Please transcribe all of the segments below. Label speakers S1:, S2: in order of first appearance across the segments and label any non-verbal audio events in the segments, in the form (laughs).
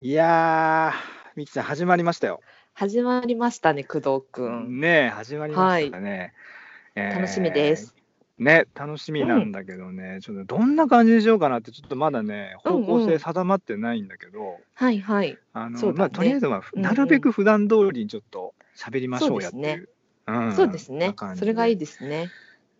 S1: いやー、ミキさん、始まりましたよ。
S2: 始まりましたね、工藤くん。
S1: ねえ、始まりましたね。えー
S2: 楽しみです。。
S1: ね、楽しみなんだけどね、ちょっとどんな感じにしようかなって、ちょっとまだね、
S2: うん
S1: 方
S2: うん
S1: 向性定まってないんだけど、
S2: はいはい。
S1: あの、
S2: そうだね
S1: まあ、とりあえずは、
S2: うんうん
S1: なるべく普段通りにちょっと喋りましょうやっていう。
S2: そうです
S1: ん
S2: そうですね。それがいい
S1: で
S2: ですね。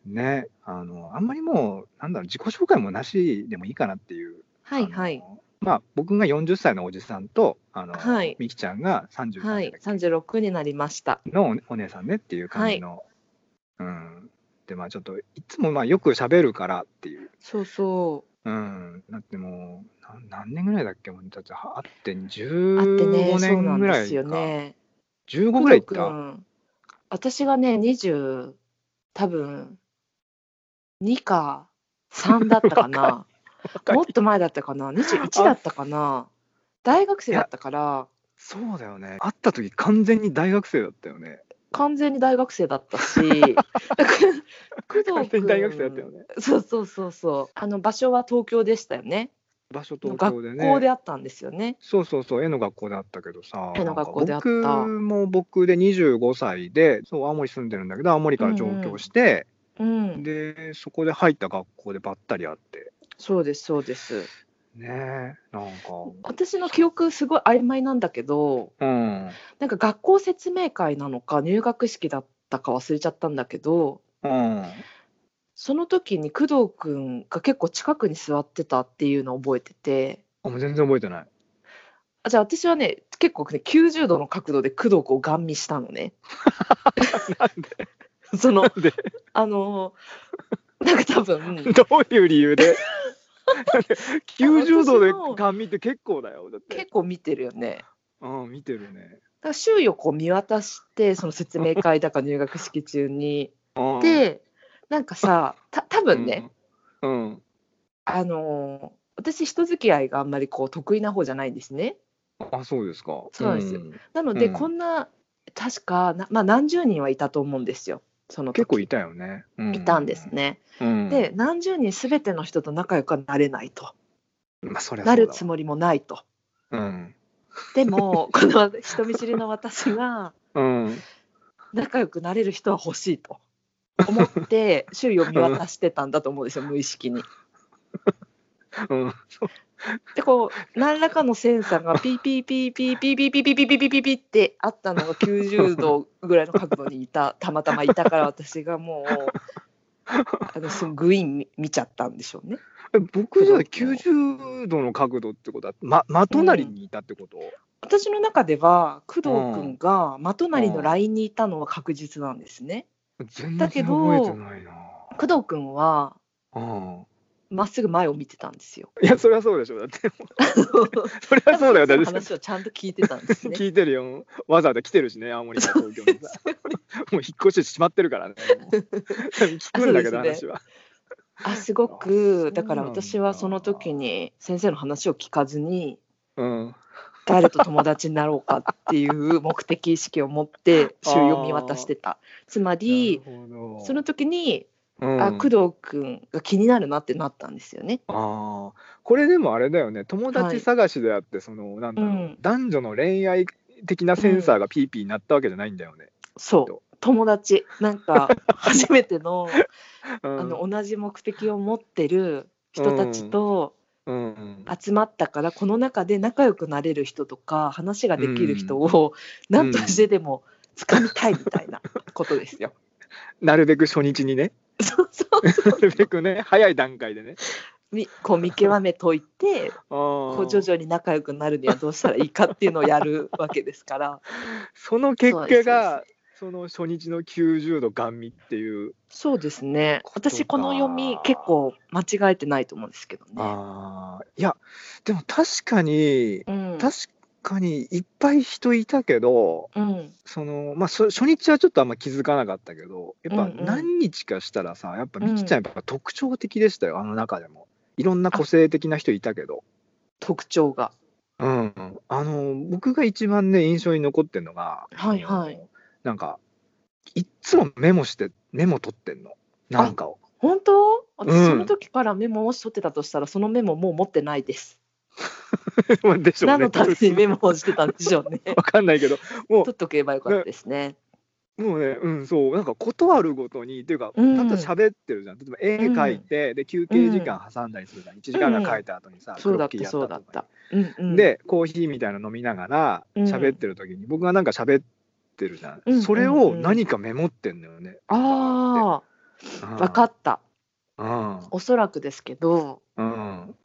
S1: ね、あの、あんまりもう、なんだろう、自己紹介もなしでもいいかなっていう。
S2: はいはい
S1: あ。の。まあ、僕が40歳のおじさんと、あの、
S2: はい
S1: ミキちゃんが30歳だっけ、
S2: はい。三十六になりました。
S1: のおお姉さんねっていう感じの、うんでまあちょっといつもまあよく喋るからっていう、
S2: そうそ
S1: うん、だってもうな何年ぐらいだっけもうだってはあって
S2: う。あって
S1: 15
S2: ね、そうな
S1: 年
S2: ん
S1: ぐら
S2: で
S1: い
S2: す
S1: か、
S2: よね。
S1: 15ぐらいいっ
S2: 工藤く
S1: た
S2: ん。私がね、二十多分二か三だったかな。
S1: (laughs) 若い
S2: もっと前だったかな。二十一だったかな。大学生だったから。
S1: そうだよね会った時完全に大学生だったよね
S2: 完全に大学生だっ
S1: (laughs)
S2: たし、だから工
S1: 完全
S2: 藤くん
S1: に大学生だったよね
S2: (laughs) そうそうそうそう。あの場所は東京でしたよね。
S1: 場所東
S2: の
S1: 京で
S2: 学
S1: ね
S2: 校であったんですよね。
S1: そうそうそう絵の学校であったけどさ
S2: 絵の学校であった
S1: なんか僕も僕で25歳でそう青森住んでるんだけど青森から上京して、
S2: うん、
S1: でそこで入った学校でばったり会って
S2: そうですそうです。
S1: ねえなんか
S2: 私の記憶すごい曖昧なんだけど、
S1: うん
S2: なんか学校説明会なのか入学式だったか忘れちゃったんだけど、
S1: うん
S2: その時に工藤くんが結構近くに座ってたっていうのを覚えてて。
S1: あもう全然覚えてない
S2: あじゃあ私はね結構ね90度の角度で工藤君をガン見したの
S1: (laughs)
S2: ね。 (laughs) その
S1: なんで
S2: あのなんか多分
S1: (laughs) どういう理由 (laughs) でだって90度で
S2: 私の
S1: 髪って結構だよだって
S2: 結構見てるよね。
S1: うん見てるね
S2: だから周囲をこう見渡してその説明会だか入学式中に。
S1: (laughs) うん
S2: でなんかさた多分ね、
S1: うんうん
S2: あのー私人付き合いがあんまりこう得意な方じゃないんですね。
S1: あそうですか
S2: そうなんですよ
S1: ん
S2: なので、
S1: うん
S2: こんな確かな、まあ、何十人はいたと思うんですよその時
S1: 結構いたよね、う
S2: いたんです、ね。
S1: うん、
S2: で何十人全ての人と仲良くはなれないと
S1: まあ、それ
S2: なるつもりもないと。
S1: うん (laughs)
S2: でもこの人見知りの私が
S1: うん
S2: 仲良くなれる人は欲しいと思って周囲を見渡してたんだと思うんですよ無意識に。
S1: うん
S2: でこう何らかのセンサーがピーピーピーピーピーピーピーピーピーピーピーピーピーってあったのが90度ぐらいの角度にいたたまたまいたから私がもうあのすぐイン見ちゃったんでしょうね。
S1: え僕じゃあ90度の角度ってことはま真隣にいたってこと、
S2: 私の中では工藤君が的なりのラインにいたのは確実なんですね。
S1: 全然
S2: だ
S1: 覚
S2: けど
S1: えてないな
S2: 工藤君は
S1: うん
S2: まっすぐ前を見てたんですよ。
S1: いや、そりゃそうでしょ。だって、そりゃそうだよ。だって、
S2: 話をちゃんと聞いてたんですね。
S1: 聞いてるよ。わざわざ来てるしね、青森から東京に
S2: (laughs)
S1: さ。もう引っ越してしまってるからね。もう聞くんだけど、
S2: あそうで
S1: 話
S2: す
S1: は。
S2: あすご
S1: あそうな
S2: く
S1: んだ
S2: だから私はその時に先生の話を聞かずに
S1: うん。
S2: 誰と友達になろうかっていう目的意識を
S1: (laughs)
S2: 持って周囲を見渡してた。つまり
S1: なるほど
S2: その、時に、
S1: うん、
S2: あ工藤君が気になるなってなったんですよね。
S1: あーこれでもあれだよね。友達探しであって、その、なんだろう、
S2: うん
S1: 男女の恋愛的なセンサーがピーピーになったわけじゃないんだよね。
S2: そう友達な
S1: (laughs)
S2: んか初めての
S1: うん、
S2: あの同じ目的を持ってる人たちと
S1: うんうん
S2: 集まったからこの中で仲良くなれる人とか話ができる人を何としてでも掴みたいみたいなことですよ。
S1: なるべく初日にね、
S2: (laughs) そうそう
S1: なるべくね、早い段階でね。
S2: みこう見極めといて
S1: こ
S2: こう徐々に仲良くなるにはどうしたらいいかっていうのをやるわけですから
S1: その結
S2: そうで
S1: 果
S2: すそう
S1: がその初日の90度ガン見っていう、
S2: そうですね
S1: ことか
S2: 私この読み結構間違えてないと思うんですけどね。
S1: あーいやでも確かに
S2: うん
S1: 確かにいっぱい人いたけど
S2: うん、
S1: その、まあ、そ初日はちょっとあんま気づかなかったけどやっぱ
S2: うんうん
S1: 何日かしたらさ、やっぱ
S2: う
S1: み
S2: ん
S1: きちゃんやっぱ特徴的でしたよ、あの中でも。いろんな個性的な人いたけど。
S2: 特徴が。
S1: うん、あの僕が一番ね印象に残ってるのが、
S2: はいはい
S1: あのなんかいっつもメモしてメモ取ってんのなんかを
S2: 本当私
S1: うん
S2: その時からメモをしとってたとしたら、そのメモもう持ってないです。
S1: まあ (laughs) でしょうね。
S2: 何のためにメモをしてたんでしょうね。
S1: (laughs) わかんないけど、も
S2: 取っとけばよかったですね。
S1: う、もうね、うん、そう、なんか断るごとに、っていうか、
S2: うん
S1: ただ喋ってるじゃん。例えば、絵描いて、で、休憩時間挟んだりするじゃん。1時間が描いた後にさ、
S2: そ
S1: ク
S2: う
S1: ロ
S2: だっ
S1: ッキー
S2: た
S1: や
S2: そうだ
S1: 後
S2: っ
S1: に
S2: た。うんうん、
S1: で、コーヒーみたいなの飲みながら、
S2: うん
S1: 喋ってる時に、僕がなんか喋ってるじゃん。
S2: うん
S1: それを何かメモってんのよね。
S2: ああ分か
S1: っ
S2: ったおそらくですけど
S1: うん。うん。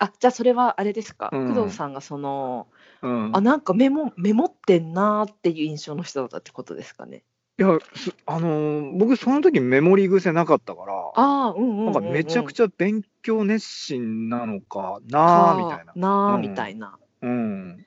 S2: あじゃあそれはあれですか、
S1: うん
S2: 工藤さんがその
S1: うん。
S2: あなんかメモメモってんなーっていう印象の人だったってことですかね。
S1: いや、すあのー僕その時メモリ癖なかったから、
S2: ああうんうんうん、う
S1: なん
S2: ん、
S1: かめちゃく
S2: ち
S1: ちゃ勉強熱心なのか
S2: ゃ
S1: なーみたいな。
S2: な
S1: う
S2: ー
S1: ん
S2: みたいな、
S1: うん。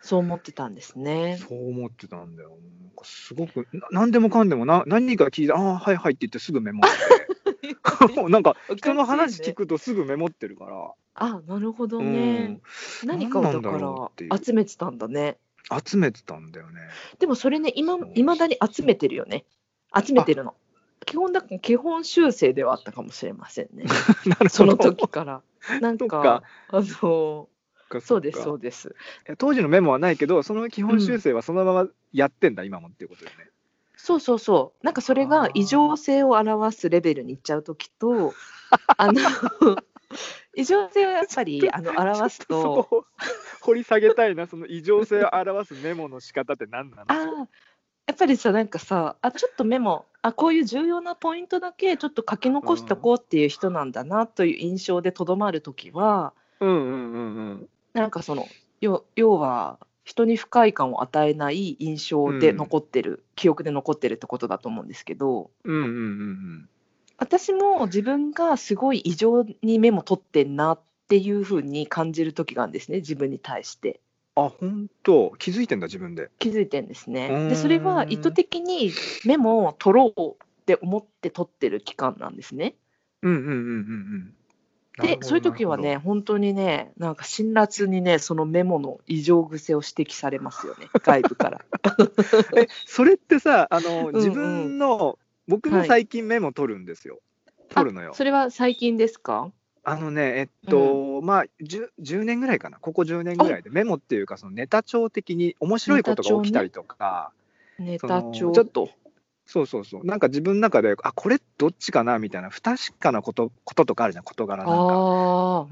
S2: そう思ってたんですね。
S1: そう思ってたんだよ。なんかすごく、な何でもかんでもな、何か聞いて、ああ、はいはいって言ってすぐメモって。もうなんか人の話聞くとすぐメモってるから。
S2: あなるほど
S1: う
S2: ね
S1: ん、。
S2: 何かを
S1: 何な
S2: だ
S1: んだろうってい
S2: から
S1: う
S2: 集めてたんだね。
S1: 集めてたんだよね。
S2: でもそれね今
S1: そう
S2: いまだに集めてるよね集めてるの基本だ基本修正ではあったかもしれません
S1: (laughs) な
S2: ね
S1: るほど
S2: その時からなん
S1: そ
S2: か
S1: っか
S2: あの
S1: そっか
S2: そうですそううです
S1: 当時のメモはないけど、その基本修正はそのままやってんだ、今もっていうことよね。
S2: そうそうそうなんかそれ
S1: あ
S2: が
S1: ー
S2: 異常性を表すレベルにいっちゃう時
S1: (laughs)
S2: とあの異常性をやっぱりあの表す
S1: ちょっ
S2: と
S1: そこ掘り下げたいな、その異常性を表すメモの仕方って何な
S2: あ
S1: の
S2: ーやっぱりさなんかさあちょっとメモあこういう重要なポイントだけちょっと書き残しとこうっていう人なんだなという印象でとどまる時は、
S1: うんうんうんうん。
S2: なんかその要要は人に不快感を与えない印象で
S1: うん
S2: 残ってる、記憶で残ってるってことだと思うんですけど
S1: うんうんうん
S2: 私も自分がすごい異常にメモ取ってんなっていうふうに感じる時があるんですね自分に対して
S1: うん。あ、本当気づいてんだ、自分で。
S2: 気づいてんです
S1: うー
S2: ね
S1: ん
S2: でそれは意図的にメモを取ろうって思って取ってる期間なんですね
S1: うんうんうんうんうん。なる
S2: で
S1: ほど
S2: そういう時はね、本当にねなんか辛辣にねそのメモの異常癖を指摘されますよね外部から。
S1: なるほどえ、それってさ、あの、
S2: ん
S1: 自分の、僕も最近メモ取るんですよ。取るのよ
S2: あ。それは最近ですか
S1: あのね、えっと、まあ10、10年ぐらいかな、ここ10年ぐらいで、メモっていうか、そのネタ帳的に面白いことが起きたりとか、
S2: ネ
S1: そ
S2: タ
S1: の
S2: 帳
S1: ちょっ
S2: と。
S1: そうそうそう。なんか自分の中で、あ、これどっちかなみたいな、不確かなこと、こととかあるじゃん、事柄なんか。っ
S2: ああ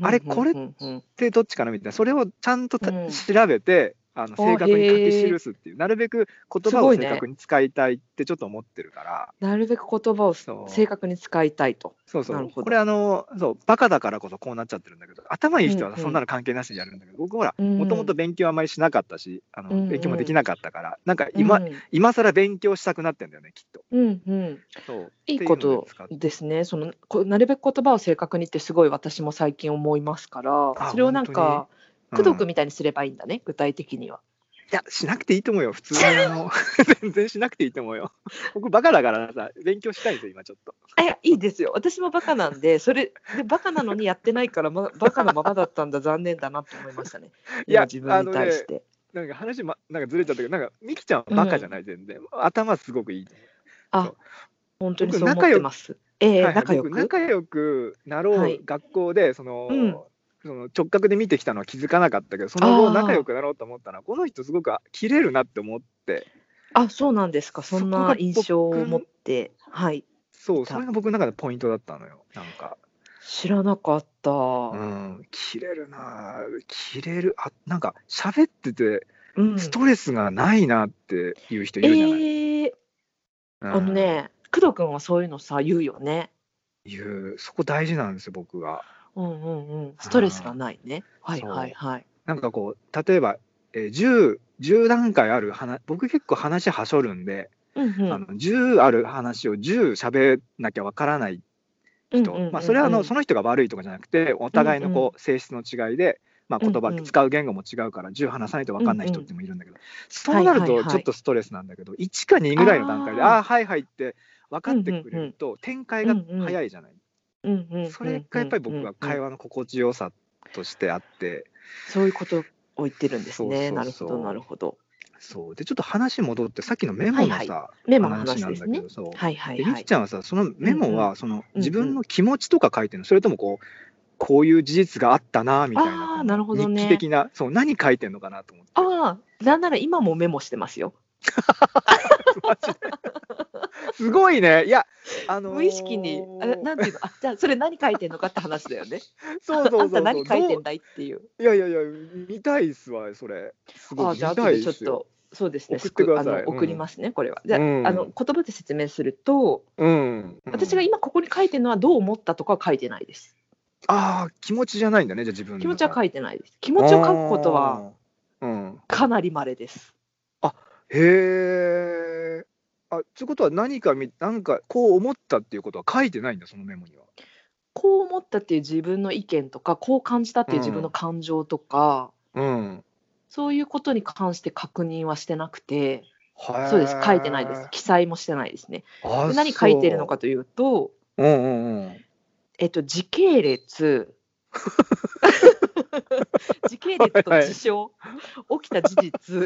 S2: ー
S1: あれ
S2: うんうん
S1: これ
S2: うんうん
S1: てどっちかなみたいな、それをちゃんとた、
S2: うん
S1: 調べて、あの正確に書き記すっていう、なるべく言葉
S2: すご
S1: を
S2: いね
S1: 正確に使いたいってちょっと思ってるから、
S2: なるべく言葉を
S1: そう
S2: 正確に使いたいと。
S1: そうそ
S2: なる
S1: う。
S2: ほど
S1: これあの、そう、バカだからこそこうなっちゃってるんだけど、頭いい人
S2: うん
S1: は
S2: うん
S1: そんなの関係なしにやるんだけど、僕ほら、
S2: も
S1: もともと勉強あんまりしなかったし、あ
S2: うんう
S1: の
S2: ん
S1: 勉強もできなかったから、なんか今、
S2: うん
S1: 今更勉強したくなってんだよね、きっと。
S2: うんうん、
S1: そう
S2: いいこ
S1: ってうの
S2: と
S1: で使っ
S2: ですねそのこなるべく言葉を正確にってすごい私も最近思いますから
S1: あ
S2: それをなんか
S1: うん
S2: 功徳みたいにすればいいんだね、具体的には。
S1: いや、しなくていいと思うよ、普通
S2: (laughs)
S1: にあの、全然しなくていいと思うよ。僕、バカだからさ、勉強したいんですよ、今ちょっと。
S2: あいやいいですよ私もバカなんで (laughs) それでバカなのにやってないから、ま、バカなままだったんだ残念だなと思いましたね。
S1: (laughs) いや
S2: 今自分に対して。
S1: なんか話、ま、なんかずれちゃったけど、なんか、ミキちゃんはバカじゃない、全然。頭すごくいい。
S2: あ
S1: そう、
S2: 本当に
S1: 僕
S2: そう思ってます。ええ
S1: はいはい
S2: 仲良
S1: 僕
S2: く。
S1: 仲良くなろう、
S2: はい
S1: 学校で、その、
S2: うん
S1: その直角で見てきたのは気づかなかったけど、その後
S2: あー
S1: 仲良くなろうと思ったのは、この人すごくあ切れるなって思って、
S2: あ、そうなんですか。そん
S1: そこ
S2: な
S1: が
S2: 印象を持って、はい。
S1: そ、
S2: いうた
S1: それが僕の中でポイントだったのよ。なんか、
S2: 知らなかった。
S1: うん、切れるなぁ、切れる、あ、なんか、喋ってて、
S2: うん。
S1: ストレスがないなっていう人い
S2: え
S1: るじゃない、
S2: ー、
S1: うん
S2: あのね、工藤君はそういうのさ言うよね。
S1: いうそこ大事なんですよ僕が
S2: うんうんうん。ストレスがないね。はい
S1: そう
S2: はいはい。
S1: なんかこう例えば、えー、10, 10段階ある話僕結構話はしょるんで、
S2: うんうん。
S1: あの10ある話を10喋なきゃわからない
S2: うん
S1: 人、
S2: うんうんうん
S1: まあ、それはあのその人が悪いとかじゃなくてお互いの
S2: うん
S1: こう性質の違いで、まあ、言葉、
S2: うんうん
S1: 使う言語も違うから10話さないとわかんない人ってもいるんだけど、そう
S2: はい
S1: な
S2: はい
S1: る
S2: はい
S1: とちょっとストレスなんだけど、1か2ぐらいの段階で
S2: あー
S1: ああーはいはいって分かってくれると展開が早いじゃない。
S2: うんうんうんうん
S1: それがやっぱり僕は会
S2: うんう
S1: 話
S2: ん
S1: の心地よさとしてあって、
S2: そういうことを言ってるんですね。
S1: そ
S2: な
S1: う
S2: る
S1: そう
S2: ほ
S1: そう
S2: どなるほど。
S1: そうでちょっと話戻ってさっきのメモのさ、
S2: はいメモの
S1: 話
S2: 話
S1: なん
S2: で
S1: だ
S2: す
S1: け
S2: ね
S1: ど。そう、
S2: はいはい
S1: で
S2: は
S1: み
S2: い
S1: きち。ゃんはさそのメモはその
S2: うん
S1: 自分の気持ちとか書いてるのそれともこうこういう事実があったなみたいな
S2: あーなるほどね
S1: 日記的なそう何書いてんのかなと思って
S2: ああ、なんなら今もメモしてますよ。
S1: すごいねいや、あのー
S2: 無意識に、あなんていうの、あ、じゃあそれ何書いてんのかって話だよね。
S1: そうそうそうそう
S2: あんた何書いてん
S1: だ
S2: だいっていう。
S1: いやいやいや見たいっすわそれすご
S2: あ
S1: い
S2: じゃあ
S1: 見
S2: 後
S1: たい
S2: で
S1: っ
S2: ちょっ
S1: すよ
S2: と。そうですね。
S1: 送ってくだ
S2: す
S1: さい
S2: くあの
S1: うん
S2: 送りますね、これは。じゃあ、
S1: うん
S2: あの言葉で説明すると、
S1: うん、うん
S2: 私が今ここに書いてるのはどう思ったとかは書いてないです。
S1: ああ気持ちじゃないんだねじゃあ自分の
S2: 気持ちは書
S1: い
S2: いてないです。気持ちを書くことは
S1: うん
S2: かなり稀です。
S1: へえあということは何かみなんかこう思ったっていうことは書いてないんだそのメモには
S2: こう思ったっていう自分の意見とか、こう感じたっていう自分の感情とか、
S1: うん
S2: そういうことに関して確認はしてなくて、
S1: は
S2: そうです、書いてないです。記載もしてないですね。
S1: あ
S2: で何書いてるのかというと、
S1: そううんうんうん
S2: えっと、時系 (laughs) 列、時系列と事象、起きた事 (laughs) 実、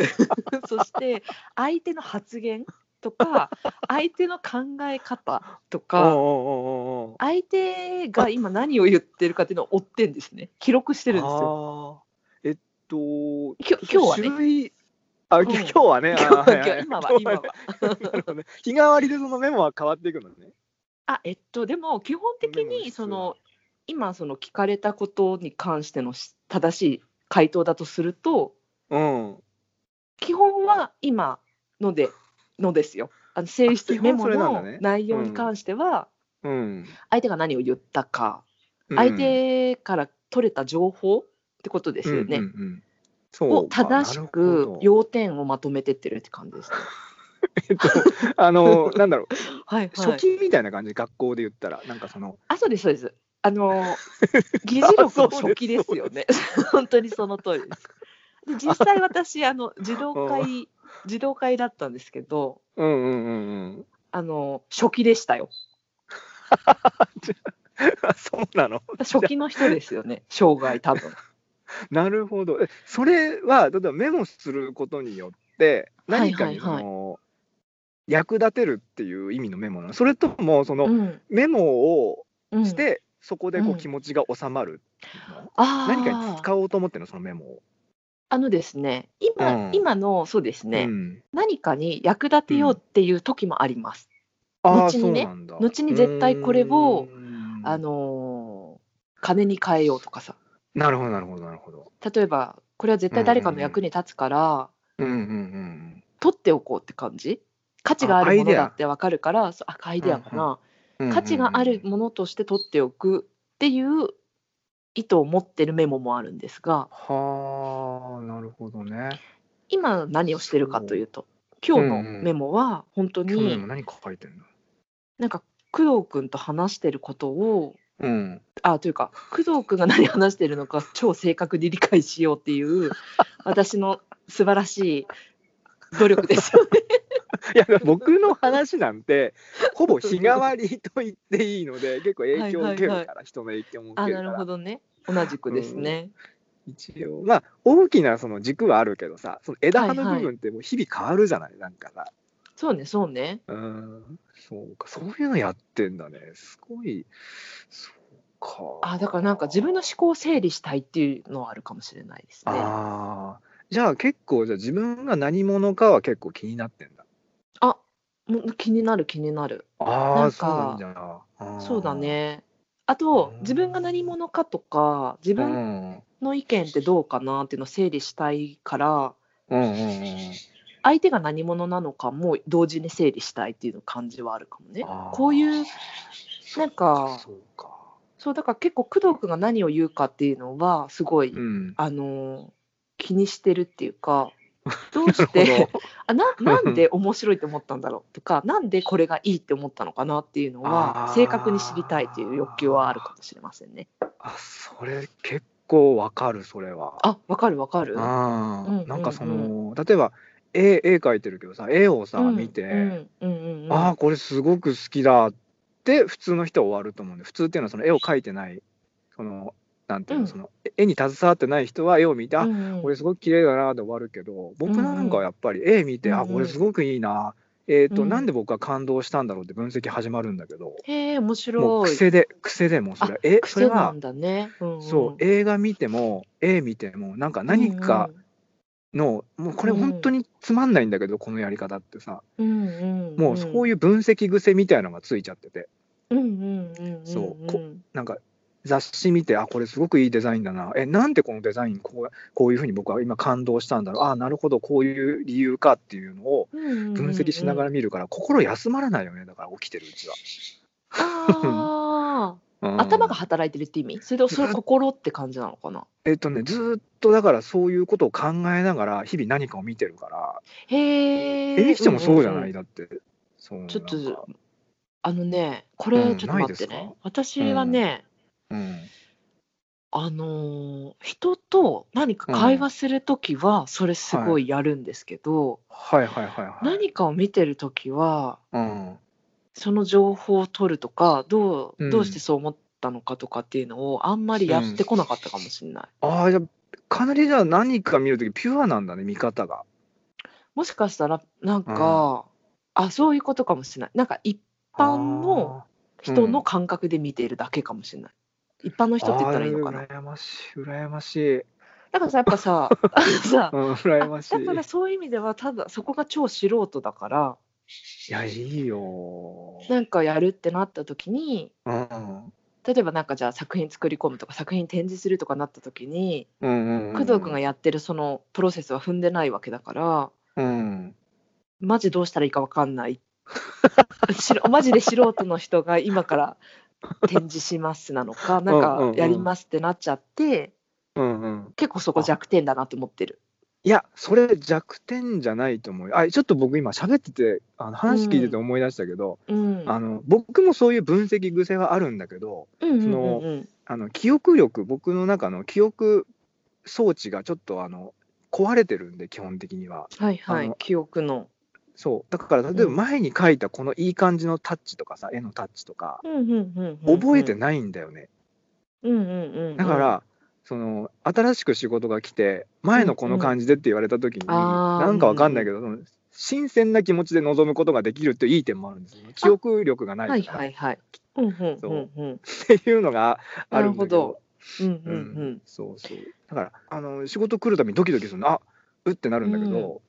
S2: そして相手の発言とか、相手の考え方とか、
S1: お
S2: 相手が今何を言ってるかっていうのを追ってんですね、記録してるんですよ。
S1: よえっと
S2: きょ今日はね
S1: 種類あ、
S2: ん
S1: き今日はね、あー
S2: 今日
S1: いいい
S2: 今日今は今は。
S1: なるほどね日替わりでそのメモは変わっていくのね。
S2: あえっとでも基本的
S1: メモ必
S2: に
S1: 要
S2: その今その聞かれたことに関してのし正しい回答だとすると
S1: うん。
S2: 基本は今のでのですよあの性質
S1: あ基本
S2: メモ
S1: それなんだ
S2: の
S1: ね
S2: 内容に関しては
S1: うん。
S2: 相手が何を言ったか、相手から取れた情報ってことですよね、
S1: うんうんうんそう
S2: を正しく要点をまとめてってるって感じ
S1: (laughs)
S2: ですね。
S1: えっとあのなんだろう
S2: はいは
S1: 初
S2: い、
S1: 期みたいな感じ学校で言ったらなんかその
S2: あそうですそうです。あの
S1: (laughs)
S2: 議事録の初期ですよね。本当にその通りです。で実際私あの児童会児童会だったんですけど、
S1: うんうんうんうん。
S2: あの初期でしたよ。
S1: (laughs) そうなの。
S2: 初期の人ですよね。
S1: (laughs)
S2: 生涯多分。
S1: なるほど。えそれは例えばメモすることによって
S2: はい
S1: 何か
S2: は
S1: に
S2: いはい
S1: その、役立てるっていう意味のメモなの。それともその、
S2: うん
S1: メモを
S2: うん
S1: して、そこでこ
S2: うん
S1: う気持ちが収まるの、
S2: あ
S1: 何かに
S2: う。
S1: 使おうと思ってんのそのメモを。
S2: あのですね、今、
S1: うん
S2: 今のそうですね、
S1: うん
S2: 何かに役立てようっていう時もあります。
S1: あー
S2: 後にね
S1: そうなんだ
S2: 後に絶対これを
S1: うーん
S2: あのー金に変えようとかさ、
S1: なるほどなるほどなるほど。
S2: 例えばこれは絶対誰かの役に立つから。
S1: うんうんうん
S2: 取っておこうって感じ価値があるものだってわかるからそうあアイデアかな、
S1: うん。
S2: 価値があるものとして取っておくっていう意図を持ってるメモもあるんですが
S1: はあなるほどね。
S2: 今何をしてるかというと今日のメモは本当
S1: 去年も
S2: に
S1: 何書いてんの
S2: なんか工藤君と話してることを
S1: うん。
S2: あというか工藤君が何話してる
S1: (laughs)
S2: のか超正確に理解しようっていう私の素晴らしい努
S1: (laughs)
S2: 力ですよね。
S1: いや僕の話なん
S2: (laughs)
S1: てほぼ日替わりと言っていいので結構影響を受けるから、
S2: はいはい
S1: 人の影響も受
S2: あ
S1: けるか
S2: な
S1: ら
S2: るほどね同じくですね。
S1: 一応まあ大きなその軸はあるけどさその枝葉の
S2: はいは
S1: 部
S2: い
S1: 分ってもう日々変わるじゃない、なんかさ
S2: そうねそうね。
S1: うーんそうかそういうのやってんだねすごいそうか
S2: あだからなんか自分の思考を整理したいっていうのはあるかもしれないですね。
S1: あ
S2: あ
S1: ーじゃあ結構じゃあ自分が何者かは結構気になってんだ
S2: もう気になる気になる。
S1: あ
S2: な
S1: あ
S2: んか
S1: そうなんじゃなあー
S2: そうだね。あと
S1: うん
S2: 自分が何者かとか自
S1: う
S2: 分
S1: んうん
S2: の意見ってどうかなっていうのを整理したいから
S1: うんうん
S2: 相手が何者なのかも同時に整理したいっていう感じはあるかもね
S1: あー。
S2: こういうなんか
S1: そうか
S2: そうだから結構工藤君が何を言うかっていうのはすごい、
S1: うん
S2: あのー気にしてるってい
S1: (laughs)
S2: うかどう
S1: なる
S2: し
S1: ほど
S2: て。 (laughs) あななんで面白いと思ったんだろうとかなんでこれがいいって思ったのかなっていうのは
S1: あー
S2: 正確に知りたいという欲求はあるかもしれませんね。
S1: あそれ結構わかるそれは
S2: あわかるわかる。
S1: あ
S2: うんうんうん
S1: ーなんかその例えば絵絵描いてるけどさ絵をさ
S2: うん
S1: 見て、
S2: うんうんうんうん、
S1: ああこれすごく好きだって普通の人は終わると思うんで普通っていうのはその絵を描いてないそのなんていう
S2: う
S1: の
S2: ん
S1: その絵に携わってない人は絵を見て、
S2: う
S1: あ
S2: んうん
S1: これすごく綺麗だなで終わるけど僕なんかはやっぱり絵見て、
S2: うんうん
S1: あこれすごくいいなえーと
S2: うん
S1: なんで僕は感動したんだろうって分析始まるんだけど
S2: へえ面
S1: もう
S2: 白い。
S1: 癖で癖でもうそれはえそれ
S2: 癖な
S1: は
S2: んだね。うんうん
S1: そう映画見ても絵見てもなんか何かの、もうこれ本当につまんないんだけど、このやり方ってさ
S2: うんうんん
S1: もうそう
S2: い
S1: いう分析癖みたいなのがついちゃってて
S2: うんうんうんうん
S1: そうこなんか雑誌見てあこれすごくいいデザインだなえなんでこのデザインこうこういうふうに僕は今感動したんだろうあなるほどこういう理由かっていうのを分
S2: 分
S1: 析しながら
S2: ら。
S1: 見るから、心休まらないよねだから起きてるうちは。
S2: あ
S1: (laughs) う
S2: あ
S1: ん
S2: 頭が働いてるって意味それとそれ心って感じなのかな
S1: えっとねずーっとだからそういうことを考えながら日々何かを見てるから
S2: へえ。
S1: えみきちゃんもそうじゃない、
S2: んんん
S1: だってそう
S2: ちょっ
S1: なんか
S2: とあのねこ
S1: う
S2: れ
S1: ん
S2: ちょっと待って
S1: ないです
S2: ね
S1: か。
S2: 私はね
S1: うん
S2: あのー人と何か会話するときはそれすごいやるんですけど
S1: はいはいはいはい。
S2: 何かを見てるときは
S1: うん
S2: その情報を取るとかど
S1: うん
S2: うどうしてそう思ったのかとかっていうのをあんまりやってこなかったかもしれない、
S1: ああじゃあかなりじゃあ何か見るときピュアなんだね見方が。
S2: もしかしたらなんか、あそういうことかもしれないなんか一般の人の感覚で見ているだけかもしれない、一般の人って言ったらいいのか
S1: あ
S2: な
S1: ー羨ましい羨ましい。
S2: だからさやっぱ
S1: (laughs)
S2: さあのさ
S1: うん羨ましい。
S2: だからそういう意味ではただそこが超素人だから
S1: いやいいよ。
S2: なんかやるってなった時に
S1: うんうん
S2: 例えばなんかじゃあ作品作り込むとか作品展示するとかなった時に
S1: うんうん。
S2: 工藤君がやってるそのプロセスは踏んでないわけだから
S1: うん
S2: マジどうしたらいいか分かんない (laughs) しろマジで素人の人が今から展示しますなのかなん
S1: うんうん
S2: か
S1: うん
S2: やりますってなっちゃって
S1: うんうん。
S2: 結構そこ弱点だなと思ってる。
S1: いやそれ弱点じゃないと思うよ。あちょっと僕今喋っててあの話聞いてて思い出したけど、
S2: うん、
S1: あの僕もそういう分析癖はあるんだけど。
S2: うんうんうん
S1: の
S2: うん
S1: あの記憶力僕の中の記憶装置がちょっとあの壊れてるんで基本的には
S2: はいは
S1: あ
S2: い
S1: の
S2: 記憶の。
S1: そうだから例えば
S2: うん
S1: 前に書いたこのいい感じのタッチとかさ絵のタッチとか
S2: うんうんうんうんうん
S1: 覚えてないんだよね
S2: うんうん (laughs) うんうん
S1: だからその新しく仕事が来て前のこの感じでって言われた時に
S2: あー
S1: なんかわかんないけどその新鮮な気持ちで臨むことができるっていい点もあるんですよ記憶力がない
S2: はい
S1: から
S2: は
S1: っ
S2: いはい。うんうんうんうん。
S1: ていうのがあるんだけど
S2: なるほどうんうんうん。
S1: そうそうだからあの仕事来るたびにドキドキするのあうってなるんだけど、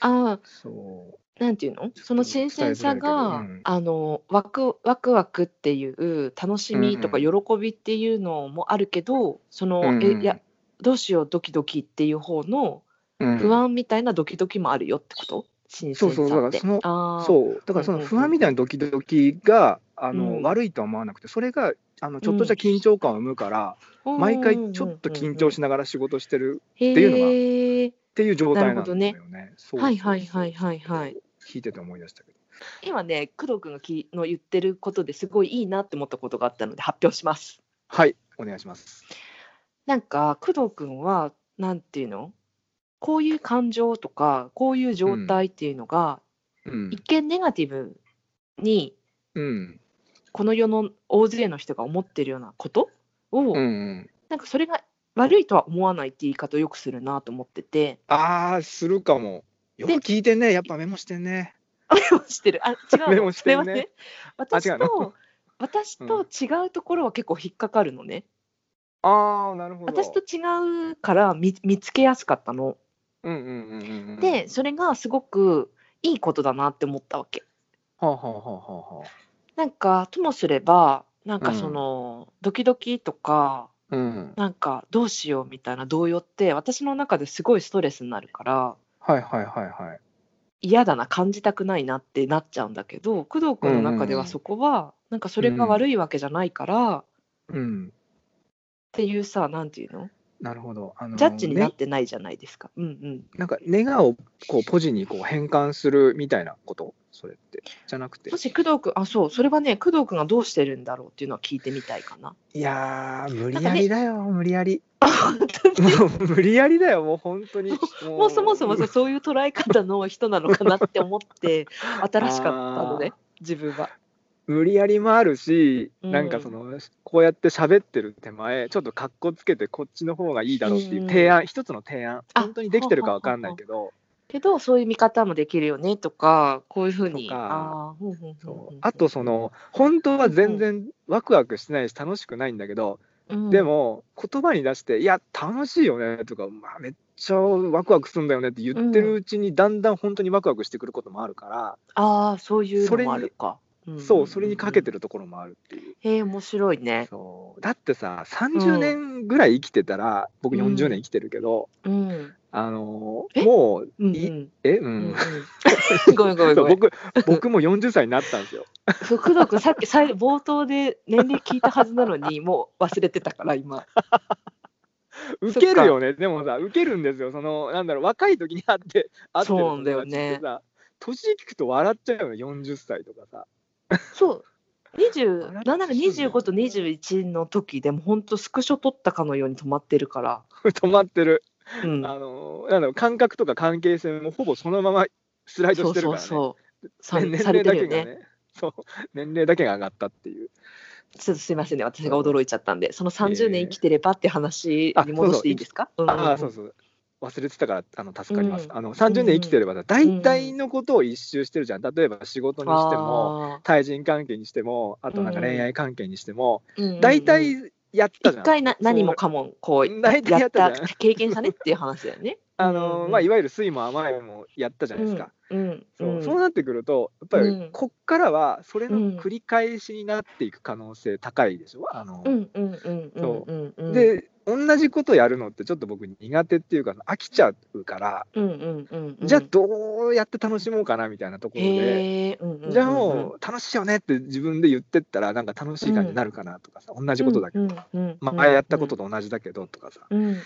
S2: ああ、
S1: そう
S2: なんていうの？その新鮮さが、
S1: 伝えづらいけどうん
S2: あのワクワクワクっていう楽しみとか
S1: うん
S2: 喜びっていうのもあるけど、その、
S1: うんうん
S2: えいやどうしようドキドキっていう方の
S1: うん
S2: 不安みたいなドキドキもあるよってこと？新鮮さ
S1: そう
S2: って。
S1: そうだからその
S2: ああ。
S1: そうだからその不安みたいなドキドキがあの、
S2: うん
S1: 悪いとは思わなくてそれがあのちょっとした緊張感を生むから、
S2: うんうんうんうんうん。
S1: 毎回ちょっと緊張し
S2: な
S1: ながら仕事してる
S2: い
S1: っていうのが
S2: いうの
S1: っていう状態なんだよ
S2: なる
S1: ね。そうそうそう
S2: はいはいはいはいはい。
S1: 聞いてて思い出したけど。
S2: 今ね工藤君がきの言ってることですごいいいなって思ったことがあったので発表します。
S1: はいお願いします。
S2: なんか工藤君はなんていうのこういう感情とかこういう状態っていうのが、
S1: うん
S2: 一見ネガティブに
S1: うん
S2: この世の大勢の人が思ってるようなことを、
S1: うんうん。
S2: なんかそれが悪いとは思わないって言い方をよくするなと思って
S1: (laughs)
S2: て
S1: ああするかも。よく
S2: で
S1: 聞いてねやっぱメモしてね。
S2: メモしてるあ違うの
S1: メモしてんね
S2: それは私
S1: あ違うの
S2: と私と違うところは結構引っかかるのね、
S1: ああなるほど。
S2: 私と違うから見見つけやすかったの、
S1: うんうんうんうんうん。
S2: でそれがすごくいいことだなって思ったわけ
S1: はあはあはあはあはあ。
S2: なんかともすればなんかその、ドキドキとか
S1: うん。
S2: なんかどうしようみたいな動揺って私の中ですごいストレスになるから
S1: はいはいはいはい。
S2: 嫌だな感じたくないなってなっちゃうんだけど工藤君の中で
S1: うんうん
S2: はそこは、なんかそれが悪いわけじゃないから、っ
S1: うん。
S2: ていうさなんていうの
S1: なるほど。あの
S2: ジャッジになっ
S1: ね
S2: てないじゃないですか。うんうん、
S1: なんか、ネガをこうポジにこう変換するみたいなことそれって。じゃなくて
S2: も。し工藤君あそうそれはね工藤君がどうしてるんだろうっていうのは聞いてみたいかな。
S1: いやー、無
S2: 理
S1: 理
S2: や
S1: や
S2: り
S1: りだよ、無理やり。もう無理やりだよ、もう本当に。
S2: (laughs) もうそもそもさそういう捉え方の人なのかなって思
S1: (laughs)
S2: って新しかったのね自分は。
S1: 無理やりもあるし、
S2: うん
S1: なんかその、こうやって喋ってる手前、ちょっと格好つけてこっちの方がいいだろうっていう提案、一つの提案、
S2: あ
S1: 本当にできてるかわかんないけど、
S2: けどそういう見方もできるよねとかこういうふうに
S1: とか
S2: あーふんふんふん
S1: そ
S2: ふ
S1: うんあとその本当は全然ワクワクしてないし楽しくないんだけど、
S2: うん
S1: でも言葉に出して「いや楽しいよね」とか、まあ「めっちゃワクワクするんだよね」って言ってるうちにだんだん本当にワクワクしてくることもあるから、
S2: ああそういう
S1: そ
S2: の
S1: れに
S2: もあるか
S1: そうそれにかけて
S2: る
S1: るところもあるっていう。
S2: へえ面白いね
S1: そうだってさ30年ぐらい生きてたら、僕
S2: うん
S1: 40年生きてるけど、
S2: うん
S1: あの
S2: え
S1: もう
S2: うんう
S1: い
S2: ん
S1: えう
S2: うん
S1: ん、
S2: うん (laughs) ごめんごめ
S1: (laughs)
S2: ん
S1: そ
S2: ご
S1: う
S2: めん
S1: 僕僕も40歳になったんです
S2: (laughs)
S1: よ。
S2: そう工藤君さっき最冒頭で年齢聞いたはずなの
S1: (laughs)
S2: にもう忘れてたから今
S1: 受けるよねでもさ受けるんですよそのなんだろう若い時に会って会ってる
S2: そうな
S1: 友
S2: んだよ
S1: 達っ
S2: ね
S1: てさ年聞くと笑っちゃうよね40歳とかさ (laughs)
S2: そう
S1: あ
S2: 20
S1: ら
S2: なんなら25と21の時でも本当スクショ撮ったかのように止まってるから、
S1: 止まってる、
S2: うん、
S1: あのなんだろう感覚とか関係性もほぼそのままスライドしてるからね
S2: そうそうそうさ
S1: ね年
S2: され
S1: 齢
S2: て
S1: だ
S2: る
S1: け
S2: よ
S1: がね
S2: ね
S1: そう年齢だけが上がったっていう
S2: ちょっとすいませんね私が驚いちゃったんでその30年生きてればって話
S1: あ
S2: に戻していいですかうんうんうん
S1: ああそうそう忘れてたからあの助かります、
S2: うん
S1: あの30年生きてればさ大体のことを一周してるじゃん例えば仕事にしても
S2: あ
S1: 対人関係にしてもあとなんか恋愛関係にしても、
S2: ーうんうん
S1: 大体やったじゃ
S2: 一
S1: ん
S2: 回な何もかもこう
S1: 大体
S2: や
S1: や
S2: っ
S1: った
S2: た
S1: じゃん
S2: 経験したねっていう話だよね
S1: (laughs) あの
S2: うん
S1: まあ、いわゆる酸いも甘いもやったじゃないですか、
S2: うん
S1: そう
S2: うん
S1: そうなってくるとやっぱ
S2: う
S1: り
S2: ん
S1: こっからはそれ
S2: う
S1: の
S2: ん
S1: 繰り返しになっていく可能性高いでしょ、あの
S2: うんうんうんうん
S1: そ
S2: うんうん
S1: で同じことやるのってちょっと僕苦手っていうか飽きちゃうから、
S2: うんうんうんうん
S1: じゃあどうやって楽しもうかなみたいなところで。
S2: へーうんうんうんうん
S1: じゃあもう楽しいよねって自分で言ってったらなんか楽しい感じになるかなとかさ、同じことだけど、
S2: うんうん
S1: まあ前やったことと同じだけどとかさ、
S2: うんうん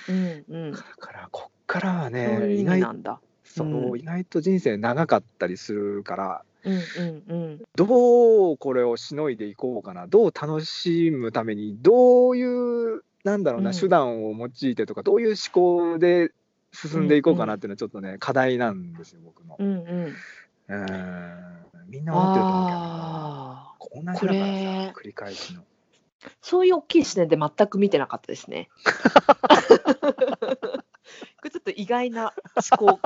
S2: うん
S1: だからこっからは
S2: そう
S1: ね
S2: いう
S1: 意
S2: 意味
S1: 外
S2: なんだ
S1: そう、
S2: うん
S1: 意外と人生長かったりするから
S2: うんうん
S1: どうこれをしのいでいこうかなどう楽しむためにどういうなんだろうな、
S2: うん
S1: 手段を用いてとかどういう思考で進んでいこうかなっていうのはちょっとね、課題なんですよ僕の。
S2: うんうんうん
S1: うーんみんな思ってると思うけどな
S2: ああ
S1: こう同じだからさ
S2: こ
S1: 繰
S2: れ
S1: り返しの。
S2: そういう大きい視点で全く見てなかったですねこれちょっと意外な思考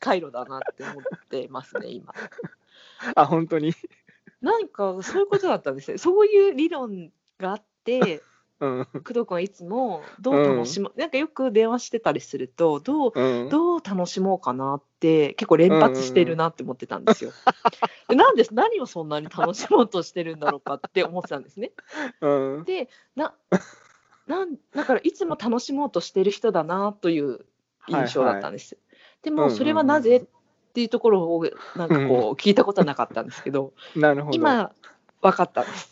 S2: 回路だなって思ってますね今
S1: あ本当に、
S2: なんかそういうことだったんですねそういう理論があって
S1: うん
S2: 工藤君はいつもどう楽しも、うなんかよく電話してたりするとどう
S1: うん、
S2: どう楽しもうかなって結構連発してるなって思ってたんですよ。 (laughs) でなんで何をそんなに楽しもうとしてるんだろうかって思ってたんですね。
S1: うん
S2: でななんだからいつも楽しもうとしてる人だなという印象だったんです。で
S1: うん
S2: も
S1: うんうん
S2: それはなぜっていうところをなんかこう聞いたことはなかったんですけど、
S1: なるほど。
S2: 今分かったんです。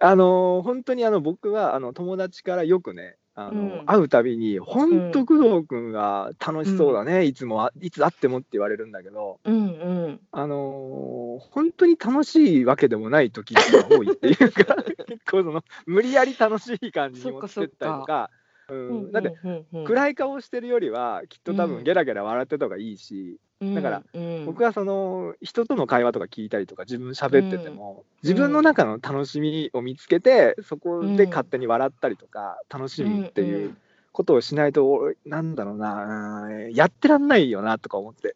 S1: あのー本当にあの僕はあの友達からよくねあの、
S2: うん
S1: 会うたびに「本当工藤君が楽しそうだね、いつもはいつ会っても」って言われるんだけど、
S2: うんうん。
S1: あのー本当に楽しいわけでもない時が多いっていうか結構その無理やり楽しい感じに持ってったり
S2: そ
S1: と
S2: っ
S1: か。う
S2: うんん
S1: だって
S2: うんうん
S1: 暗い顔してるよりはきっと多
S2: うん
S1: 分ゲラゲラ笑ってた方がいいし、だから、
S2: うん
S1: 僕はその人との会話とか聞いたりとか自分喋ってても、自分の中の楽しみを見つけてそこで勝手に笑ったりとか楽しむって
S2: ん
S1: い
S2: ん
S1: うことをしないと、俺なんだろうなうんやってらんないよなとか思って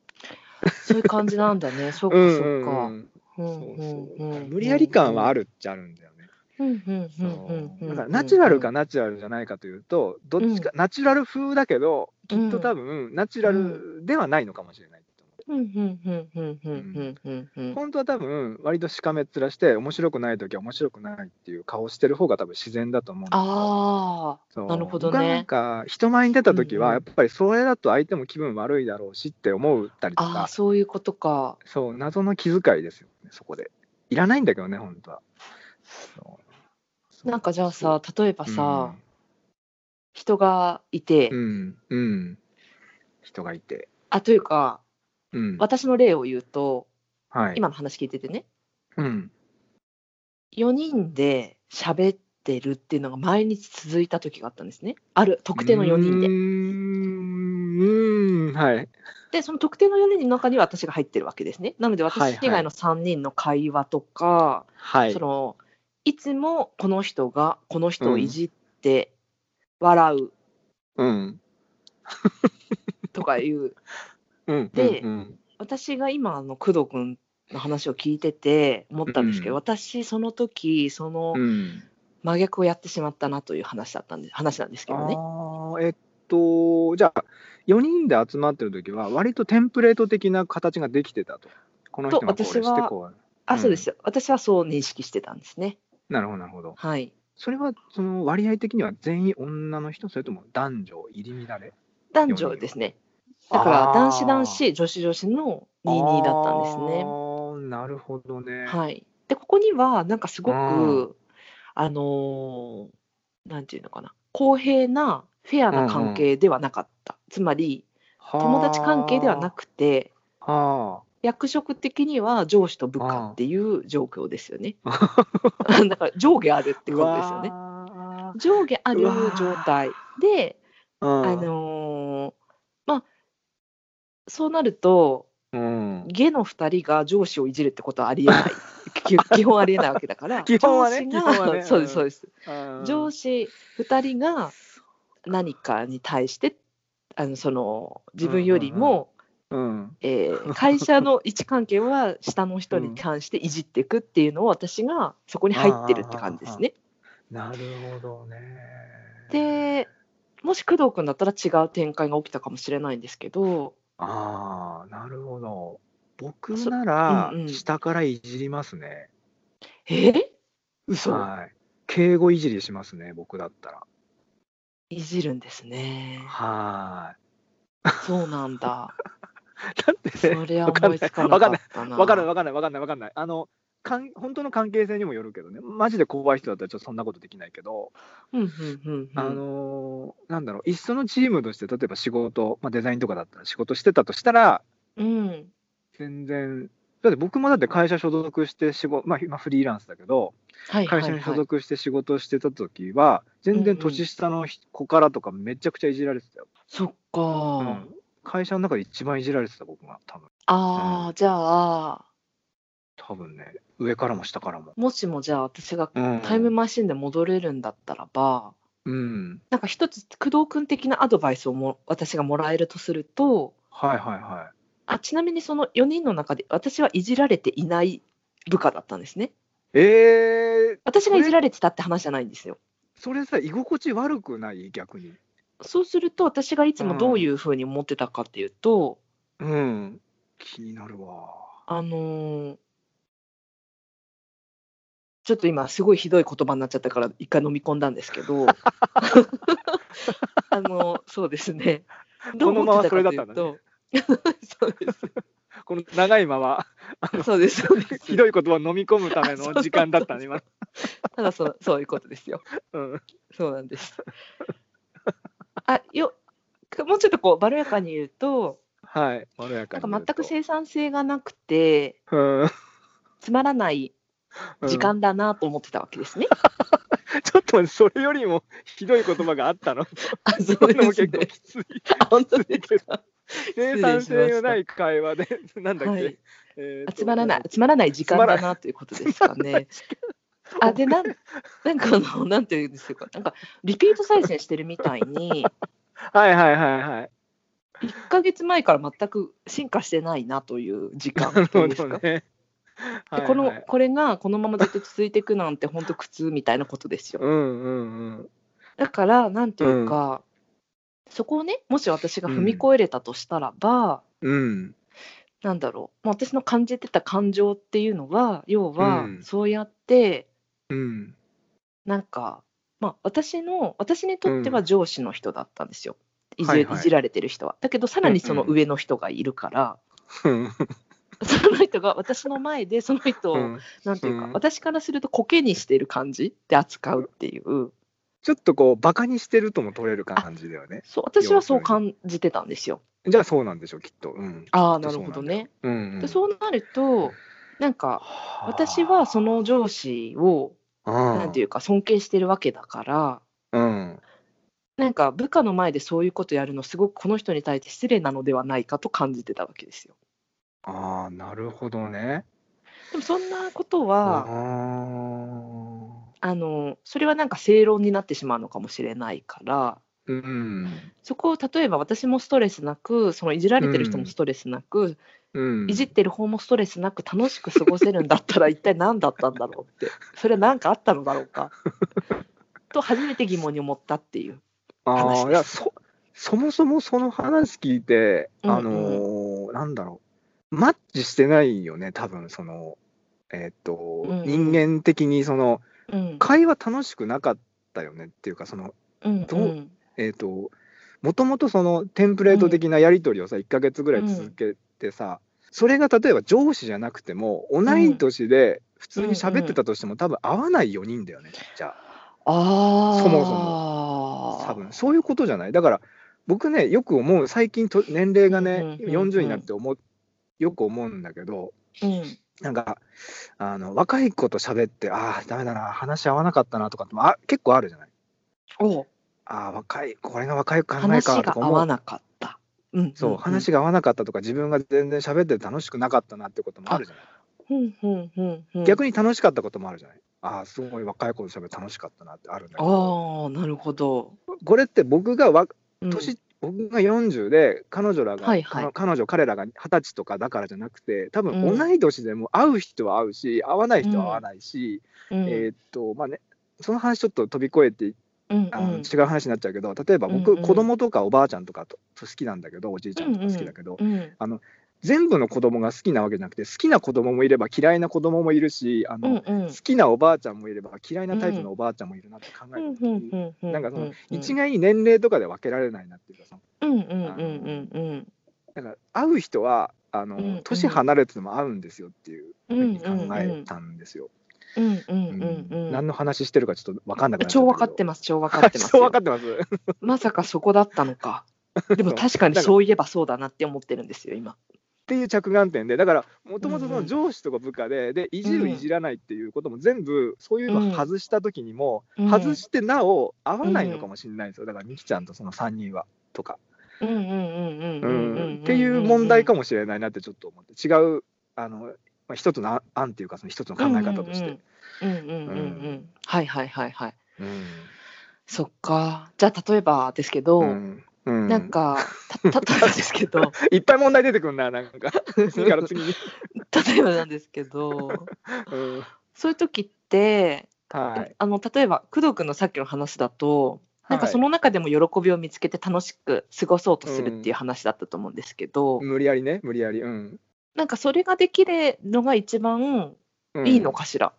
S2: そういう感じなんだ
S1: (laughs)
S2: ね。そうか
S1: うん
S2: そう
S1: う
S2: か。
S1: んうん
S2: う
S1: そう
S2: んう
S1: そ
S2: んう
S1: うん無理やり感はあ
S2: る。
S1: るっちゃあるんだよね。
S2: うんうんう
S1: そ
S2: んうんう
S1: うんだからナチュラルかナチュラルじゃないかというとどっちか、ナチュラル風だけどきっと多分ナチュラルではないのかもしれないと思う。
S2: うんうんうんうんうんうんうんうん。
S1: 本当は多分割としかめっ面して面白くない時は面白くないっていう顔してる方が多分自然だと思うんだけど
S2: あ
S1: そう
S2: なるほどね
S1: 僕はなんか人前に出た時
S2: うん
S1: は
S2: う
S1: や
S2: ん
S1: っぱりそれだと相手も気分悪いだろうしって思ったり
S2: あ
S1: と
S2: ああ
S1: か
S2: そういうことか。
S1: そう謎の気遣いですよねそこでいらないんだけどね本当はそうそう
S2: なんかじゃあさ例えば
S1: うん
S2: さ、人がいて、
S1: うんうん人がいて
S2: あというか
S1: うん
S2: 私の例を言うと
S1: はい
S2: 今の話聞いててね
S1: うん
S2: 4人で喋ってるっていうのが毎日続いた時があったんですねある特定の4
S1: うー
S2: 人で。
S1: んうーんはい
S2: でその特定の4人の中に私が入ってるわけですね。なので
S1: はい
S2: 私
S1: はい
S2: 以外の3人の会話とか、
S1: はい
S2: そのいつもこの人がこの人をいじって笑う
S1: うん
S2: とかいう
S1: うん
S2: で
S1: うん
S2: 私が今あの工藤君の話を聞いてて思ったんですけ
S1: う
S2: ど、
S1: ん
S2: 私その時その
S1: うんうん
S2: 真逆をやってしまったなという話だったんで話なんですけどね。
S1: あーえっとじゃあ4人で集まってる時は割とテンプレート的な形ができてたとこの人がこれ
S2: と私
S1: し
S2: は
S1: てこ
S2: あ、
S1: うん
S2: そうですよ。私はそう認識してたんですね。
S1: うなるほどなるほど
S2: はい。
S1: それはその割合的には全員女の人それとも男女入り乱れ
S2: 男女ですね。だから
S1: あー
S2: 男子男子、女子女子の22だったんです
S1: あ
S2: ね。
S1: ーなるほどね、
S2: はい。で、ここにはなんかすご
S1: う
S2: く、あのーなんていうのかな、公平なフェアな関係ではなかった。つまり
S1: はー
S2: 友達関係ではなくて。
S1: は
S2: 役職的には上司と部下っていう状況ですよね。 (laughs) だから上下あるって
S1: あ
S2: ことですよね。
S1: わ
S2: 上下ある状態で、
S1: ー
S2: あのーまあそうなると
S1: うんうん
S2: 下の2人が上司をいじるってことはありえ
S1: (laughs)
S2: ないき基本ありえないわけだから
S1: 基本はね
S2: 上司
S1: 基
S2: が
S1: 本はね
S2: そうですそうです、
S1: うん
S2: 上司2人が何かに対してあのその自分よりも、
S1: うん
S2: えー会社の位置関係は下の人に関していじっていくっていうのを私がそこに入ってるって感じですね。
S1: なるほどね
S2: でもし工藤君だったら違う展開が起きたかもしれないんですけど
S1: ああなるほど僕
S2: そ
S1: なら
S2: うんうん
S1: 下からいじりますね、
S2: えー嘘、
S1: はい敬語いじりしますね僕だったら
S2: いじるんですね。
S1: は
S2: そうなんだ。
S1: いだってね
S2: それは思いつかなかったな。
S1: (laughs) わかんないわかんないわかんないわかんないあのかん本当の関係性にもよるけどねマジで怖い人だったらちょっとそんなことできないけど、
S2: うんうんうんうん。
S1: あのーなんだろう一緒のチームとして例えば仕事、まあ、デザインとかだったら仕事してたとしたら
S2: うん
S1: 全然だって僕もだって会社所属して仕事、まあ、今フリーランスだけど
S2: はいは
S1: 会
S2: いは
S1: 社
S2: い。
S1: に所属して仕事してた時は全
S2: うんうん
S1: 然年下のひ子からとかめちゃくちゃいじられてたよ、
S2: そっか。
S1: うん会社の中で一番いじられてた僕が多分
S2: ああじゃあ
S1: 多分ね上からも下からも、
S2: もしもじゃあ私が
S1: うん、
S2: タイムマシンで戻れるんだったらば、
S1: うん
S2: なんか一つ工藤君的なアドバイスをも私がもらえるとすると、
S1: はいはいはい
S2: あちなみにその4人の中で私はいじられていない部下だったんですね。
S1: えー、
S2: 私がいじられてたって話じゃないんですよ。
S1: それさ居心地悪くない逆に
S2: そうすると私がいつもどういうふうに思ってたかっていうと、
S1: うん気になるわ
S2: あのーちょっと今すごいひどい言葉になっちゃったから一回飲み込んだんですけ (laughs) どあのーそうですねどう思ってたかというとそうです
S1: この長いまま
S2: (laughs) そうですそうです
S1: ひどい言葉を飲み込むた
S2: (laughs)
S1: めの時間だったね今
S2: ただそそういうことですよ
S1: うん
S2: そうな
S1: (laughs)
S2: んですあよもうちょっとこうまろやかに言うと
S1: はいまろやか
S2: なん
S1: に言うと
S2: か全く生産性がなくて
S1: うん
S2: つまらない
S1: うん
S2: 時間だなと思ってたわけですね。
S1: ちょっと待ってそれよりもひどい言葉があったの。
S2: あ、そ
S1: (laughs) そうれも
S2: です
S1: 結構
S2: ね。
S1: きつい。
S2: 本当です
S1: けど
S2: か。
S1: 生
S2: しま
S1: 産
S2: した
S1: 性のない会話で、なんだっけ。
S2: はい
S1: えー
S2: あ
S1: と
S2: つまらない、つまらない時間だ
S1: つ
S2: なということですかね。あ、で、なん、なんかあの、なんていうんですか、なんかリピート再生してるみたいに。
S1: はいはいはいはい。
S2: 一ヶ月前から全く進化してないなという時間
S1: なる
S2: とい
S1: ほ
S2: うんです
S1: ど
S2: か。
S1: ね。
S2: でこ
S1: はい
S2: の
S1: はい
S2: これがこのままずっと続いていくなんて本当苦痛みたいなことですよ。
S1: うんうんうん。
S2: だからなんというか、そこをねもし私が踏み越えれたとしたらば、
S1: うん。
S2: なんだろう、まあ、私の感じてた感情っていうのは要は
S1: うん
S2: そうやって
S1: うん。
S2: なんか、まあ、私の私にとって
S1: う
S2: は
S1: ん
S2: 上司の人だったんですよ、いじ
S1: はいはい
S2: いじられてる人は。だけどさらにその上の人がいるから、 (laughs)
S1: うん
S2: その人が私の前でその人を、
S1: うん
S2: なんていうか、
S1: うん
S2: 私からするとコケにしてる感じで扱うっていう
S1: ちょっとこうバカにしてるとも取れる感じだよね。
S2: そう私はそう感じてたんですよ。
S1: じゃあそうなんでしょうきっと。うん。
S2: ああ
S1: きっと
S2: なる
S1: そうなん
S2: ほ
S1: だよ
S2: どね。
S1: うんうん。
S2: でそうなるとなんか私はその上司をなんていううか尊敬してるわけだから
S1: うん。
S2: なんか部下の前でそういうことやるのすごくこの人に対して失礼なのではないかと感じてたわけですよ。
S1: ああなるほどね。
S2: でもそんなこと
S1: あ
S2: は
S1: あ。
S2: あのそれはなんか正論になってしまうのかもしれないから
S1: うん。
S2: そこを例えば私もストレスなくそのいじられてる人もストレスなく、
S1: うん。
S2: いじってる方もストレスなく楽しく過ごせるんだっ
S1: (laughs)
S2: たら一体何だったんだろうってそれは何かあったのだろうかと初めて疑問に思ったっていう。
S1: あ
S2: 話
S1: あ、
S2: です
S1: いや、そ、そもそもその話聞いて、
S2: うんうん
S1: あのーなんだろう、マッチしてないよね、多分その、えーっと、
S2: うんうん
S1: 人間的に、その、
S2: うん
S1: 会話楽しくなかったよねっていうか、その、
S2: うん
S1: ど
S2: う
S1: うんえーっと、もともとそのテンプレート的なやり取りをさ、1ヶ月ぐらい続けてさ、それが例えば上司じゃなくても、同い年で普通に喋ってたとしても、多分合わない4人だよね、じゃあ。
S2: ああ
S1: そもそ
S2: も
S1: 多分そういうことじゃないだから僕ねよく思う最近と年齢が
S2: うんうん
S1: ね
S2: うんうん
S1: 40になって思うよく思うんだけど
S2: うん
S1: なんかあの若い子と喋ってああダメだな話合わなかったなとかってあ結構あるじゃない
S2: お
S1: ああ若いこれが若い考え
S2: 話
S1: かとか
S2: が合
S1: 思
S2: わ
S1: う
S2: なかった。うん
S1: そう話が合わなかったとか自分が全然喋ってて楽しくなかったなってこともあるじゃない
S2: うんうんうんうん、
S1: 逆に楽しかったこともあるじゃないああすごい若い子と喋って楽しかったなってあるんだけど
S2: ああなるほど。
S1: これって僕がわ
S2: うん
S1: 年、僕が40で彼女らが、
S2: はいはい
S1: か彼女彼らが二十歳とかだからじゃなくて多
S2: う
S1: 分
S2: ん
S1: 同い年でも会う人は会うし会わない人は会わないし、
S2: うん
S1: えーっとまあねその話ちょっと飛び越えて
S2: うん
S1: あの、
S2: うん
S1: 違う話になっちゃうけど例えば僕、
S2: うんうん
S1: 子供とかおばあちゃんとかと好きなんだけどおじいちゃんとか好きだけど、
S2: うん
S1: 全部の子供が好きなわけじゃなくて好きな子供もいれば嫌いな子供もいるしあ
S2: う
S1: の、
S2: んうん
S1: 好きなおばあちゃんもいれば嫌いなタイプのおばあちゃんもいるなって考えた時に、
S2: うんう
S1: なんかその
S2: うう
S1: 一概に年齢とかで分けられないなっていうかその
S2: うんうんうんうん
S1: だから会う人はあの、
S2: うんうん
S1: 年離れてても会うんですよっていうふ
S2: うんう
S1: うんに考えたんですよ。
S2: うんうん
S1: うん
S2: うんう
S1: 何
S2: ん
S1: の話してるかちょっと分かんなくなっちゃ
S2: 超分かってます超分かってます
S1: (laughs) 超分
S2: よ
S1: かってます。
S2: まさかそこだったのかでも確かにそういえばそうだなって思ってるんですよ今
S1: っていう着眼点でだからもともとそ
S2: うんう
S1: の
S2: ん
S1: 上司とか部下ででいじ
S2: う
S1: る
S2: ん
S1: いじらないっていうことも全部そういうのを外した時にも、
S2: うん
S1: 外してなお合わないのかもしれないんですよだからみきちゃんとその3人はとか、
S2: うんうんうんう
S1: う
S2: んうんう
S1: っ
S2: んん
S1: ていう問題か
S2: も
S1: もしれないなってちょっと思って違うあの、まあ、一つの案案っていうかその一つの考え方として。
S2: うんうんうんうんうんはいはいはいはい
S1: うん
S2: そっかじゃあ例えばですけど
S1: うんうん
S2: なんかた例えばですけど
S1: いっぱい問題出てくんな、なん
S2: (laughs)
S1: か。次から次に。
S2: 例えばなんですけど
S1: うん、
S2: そういう時って
S1: はい。
S2: あの例えば工藤君のさっきの話だと (laughs) なんかそ
S1: はい
S2: の中でも喜びを見つけて楽しく過ごそうとするっていう話だったと思うんですけど、
S1: 無理やりね、無理やり。うん。
S2: なんかそれができるのが一番
S1: うん
S2: いいのかしら。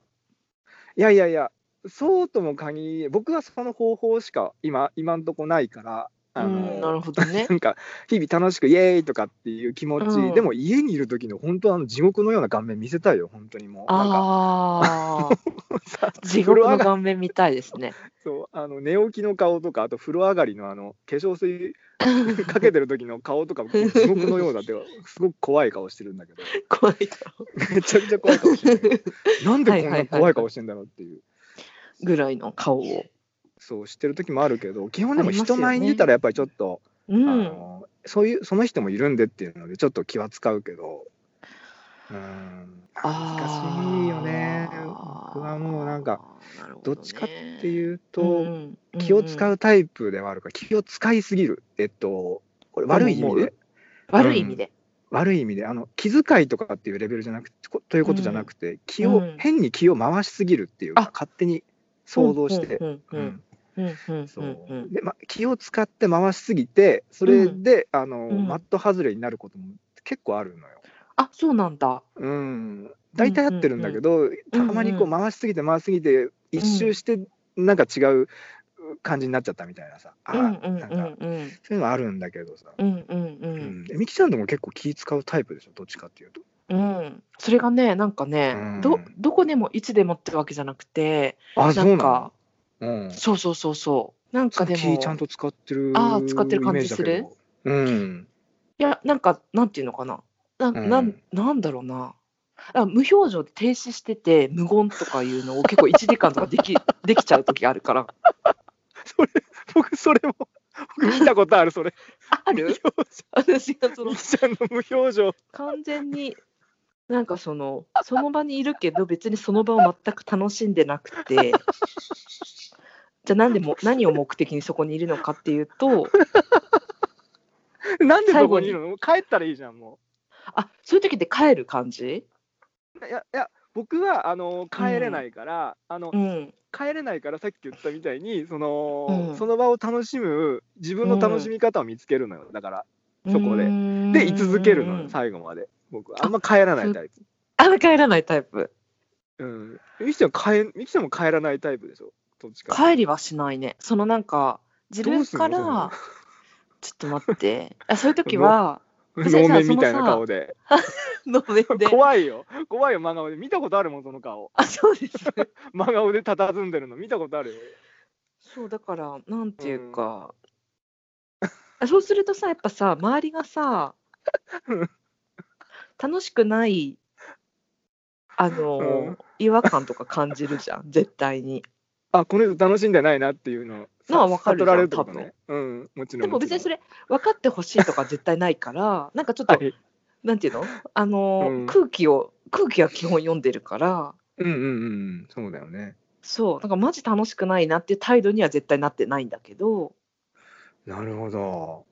S1: いやいやいや、そうとも限り、僕はその方法しか今、今んとこないから、
S2: う
S1: あの、
S2: ん、なるほどね
S1: (laughs) な。んか、日々楽しく、イエーイとかっていう気持ち、
S2: うん
S1: でも家にいる時の本当あの地獄のような顔面見せたいよ、本当にもう。なんか、
S2: ああ
S1: (laughs) さ
S2: ー、地獄
S1: 風呂上
S2: の
S1: が
S2: 顔面みたいです
S1: (laughs)
S2: ね。
S1: そう、あの、寝起きの顔とか、あと風呂上がりのあの、化粧
S2: (laughs)
S1: 水かけてる時の顔とか、地獄のようだって、すごく怖い顔してるんだけど。
S2: 怖い顔
S1: (laughs) めちゃくちゃ怖い顔
S2: (laughs)
S1: してる。なんでこんな怖い顔してんだろうっていう。
S2: ぐらいの顔を。
S1: そうしてる時もあるけど、基本でも
S2: あります
S1: 人
S2: よね
S1: 前にいたらやっぱりちょっと、
S2: う
S1: あ
S2: ん、
S1: のそういうその人もいるんでっていうのでちょっと気は使うけど、うん、難しいよね。僕はもうなんかどっちかって
S2: う
S1: いうと、
S2: と
S1: 気を使
S2: う
S1: うタイプではあるから、気を使いすぎる。えっと、これ悪い意
S2: 思
S1: 味
S2: う
S1: で、
S2: ん悪い意味で。
S1: 悪い意味で、あの気遣いとかっていうレベルじゃなくて、こということじゃなくて、気を、
S2: うん
S1: 変に気を回しすぎるっていう
S2: あ
S1: か、勝手に想像して。
S2: うんうんうんうんうん
S1: そう
S2: うんうん
S1: で、ま、気を使って回しすぎてそれで、あの
S2: うん
S1: マット外れになることも結構あるのよ。
S2: あそうなんだ。
S1: うん、大体合ってるんだけど、たまにこ
S2: う
S1: うん回しすぎて回しすぎて一周してなんか違う感じになっちゃったみたいなさ、
S2: うん
S1: あ
S2: うんうん
S1: なんか
S2: うん
S1: そういうのあるんだけどさ、
S2: うんう
S1: うんん、でみきちゃんでも結構気使うタイプでしょどっちかっていうと。
S2: うんうん。それがねなんかね、
S1: うん
S2: どどこでもいつでもってわけじゃなくて
S1: あ
S2: な
S1: そうなんの
S2: か
S1: うん、
S2: そうそうそうそうなんかでも
S1: 気ちゃんと使ってる
S2: あー使ってる感じする
S1: イメージだけど
S2: (laughs)
S1: うん
S2: いやなんかなんていうのかなな
S1: うん
S2: なんなんだろうな。あ無表情で停止してて無言とかいうのを結構1時間とかでき (laughs) できちゃう時あるから
S1: それ僕それも僕見たことあるそれ
S2: ある (laughs) 私がその
S1: みきちゃんの無表情
S2: 完全になんかそのそ
S1: (laughs)
S2: の場にいるけど別にその場を全く楽しんでなくてじゃあ何でも何を目的にそこにいるのかっていうと
S1: なんでそこにいるの帰ったらいいじゃんも
S2: あそういう時って帰る感じ、
S1: ういやいや僕はあの帰れないから、あの
S2: うん、
S1: 帰れないからさっき言ったみたいにその、
S2: うん
S1: その場を楽しむ自分の楽しみ方を見つけるのよだからそこでで
S2: で
S1: 居続けるの
S2: う
S1: よ
S2: ん
S1: 最後まで僕あんま帰らないタイプ
S2: あ帰らないタイプ
S1: うんミキちゃん帰ミキちゃんも帰らないタイプでしょどっちか
S2: 帰りはしないねそのなんか自
S1: どう
S2: 分
S1: すんの
S2: か
S1: そんなの
S2: らちょっと待ってあそういう時
S1: (laughs)
S2: は別
S1: 能
S2: にさ
S1: 面みたい
S2: そ
S1: な
S2: のさ
S1: 顔で
S2: のめで
S1: 怖いよ怖いよ真顔で見たことあるもんその顔
S2: あそうです
S1: 真顔で佇んでるの見たことあるよ
S2: そうだからなんていうか、 (laughs) あそうするとさやっぱさ周りがさ
S1: うん
S2: 楽しくないあの、
S1: うん
S2: 違和感とか感じるじゃん絶対に。
S1: あこの人楽しんでないなっていうのさ
S2: のは分かるじゃん
S1: 悟られるってことね (laughs) うんもちろん
S2: でも別にそ
S1: れ
S2: れ分かってほしいとか絶対ないからなんかちょっと、
S1: はい
S2: なんていうのあの、
S1: うん
S2: 空気を空気は基本読んでるから
S1: うんうんうんそうだよね
S2: そうなんかマジ楽しくないなっていう態度には絶対なってないんだけど
S1: なるほど。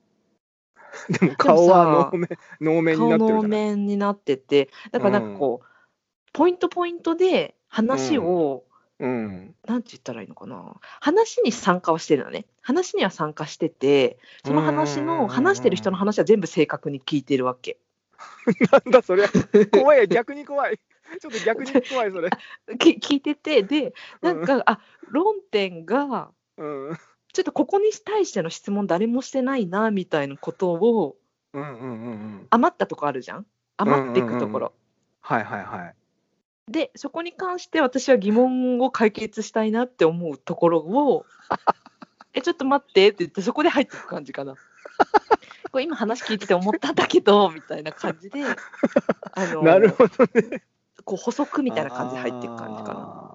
S1: (laughs) でも顔は能面能面にな
S2: 顔
S1: ってるじ
S2: の
S1: ゃない。
S2: 面になっててだからなんかこう、ポイントポイントで話を、
S1: うん。 (laughs)
S2: なんて言ったらいいのかな話に参加はしてるのね話には参加しててその話
S1: うんうんうんう
S2: の
S1: ん
S2: 話してる人の話は全部正確に聞いてるわけ
S1: なんだそれ怖い逆に怖い。ちょっと逆に怖いそ
S2: (laughs)
S1: れ。
S2: き聞いててでなんか、あ論点が
S1: うん。うん
S2: ちょっとここに対しての質問誰もしてないなみたいなことを
S1: うんうんうん。
S2: 余ったとこあるじゃん余っていくところ、
S1: うんうんうんうんはいはいはい。
S2: でそこに関して私は疑問を解決したいなって思うところ
S1: (laughs)
S2: を「えちょっと待って」って言ってそこで入っていく感じかな。これ今話聞いてて思ったんだけどみたいな感じ
S1: (laughs)
S2: であの
S1: なるほどね。
S2: こう補足みたいな感じで入っていく感じかな。
S1: な。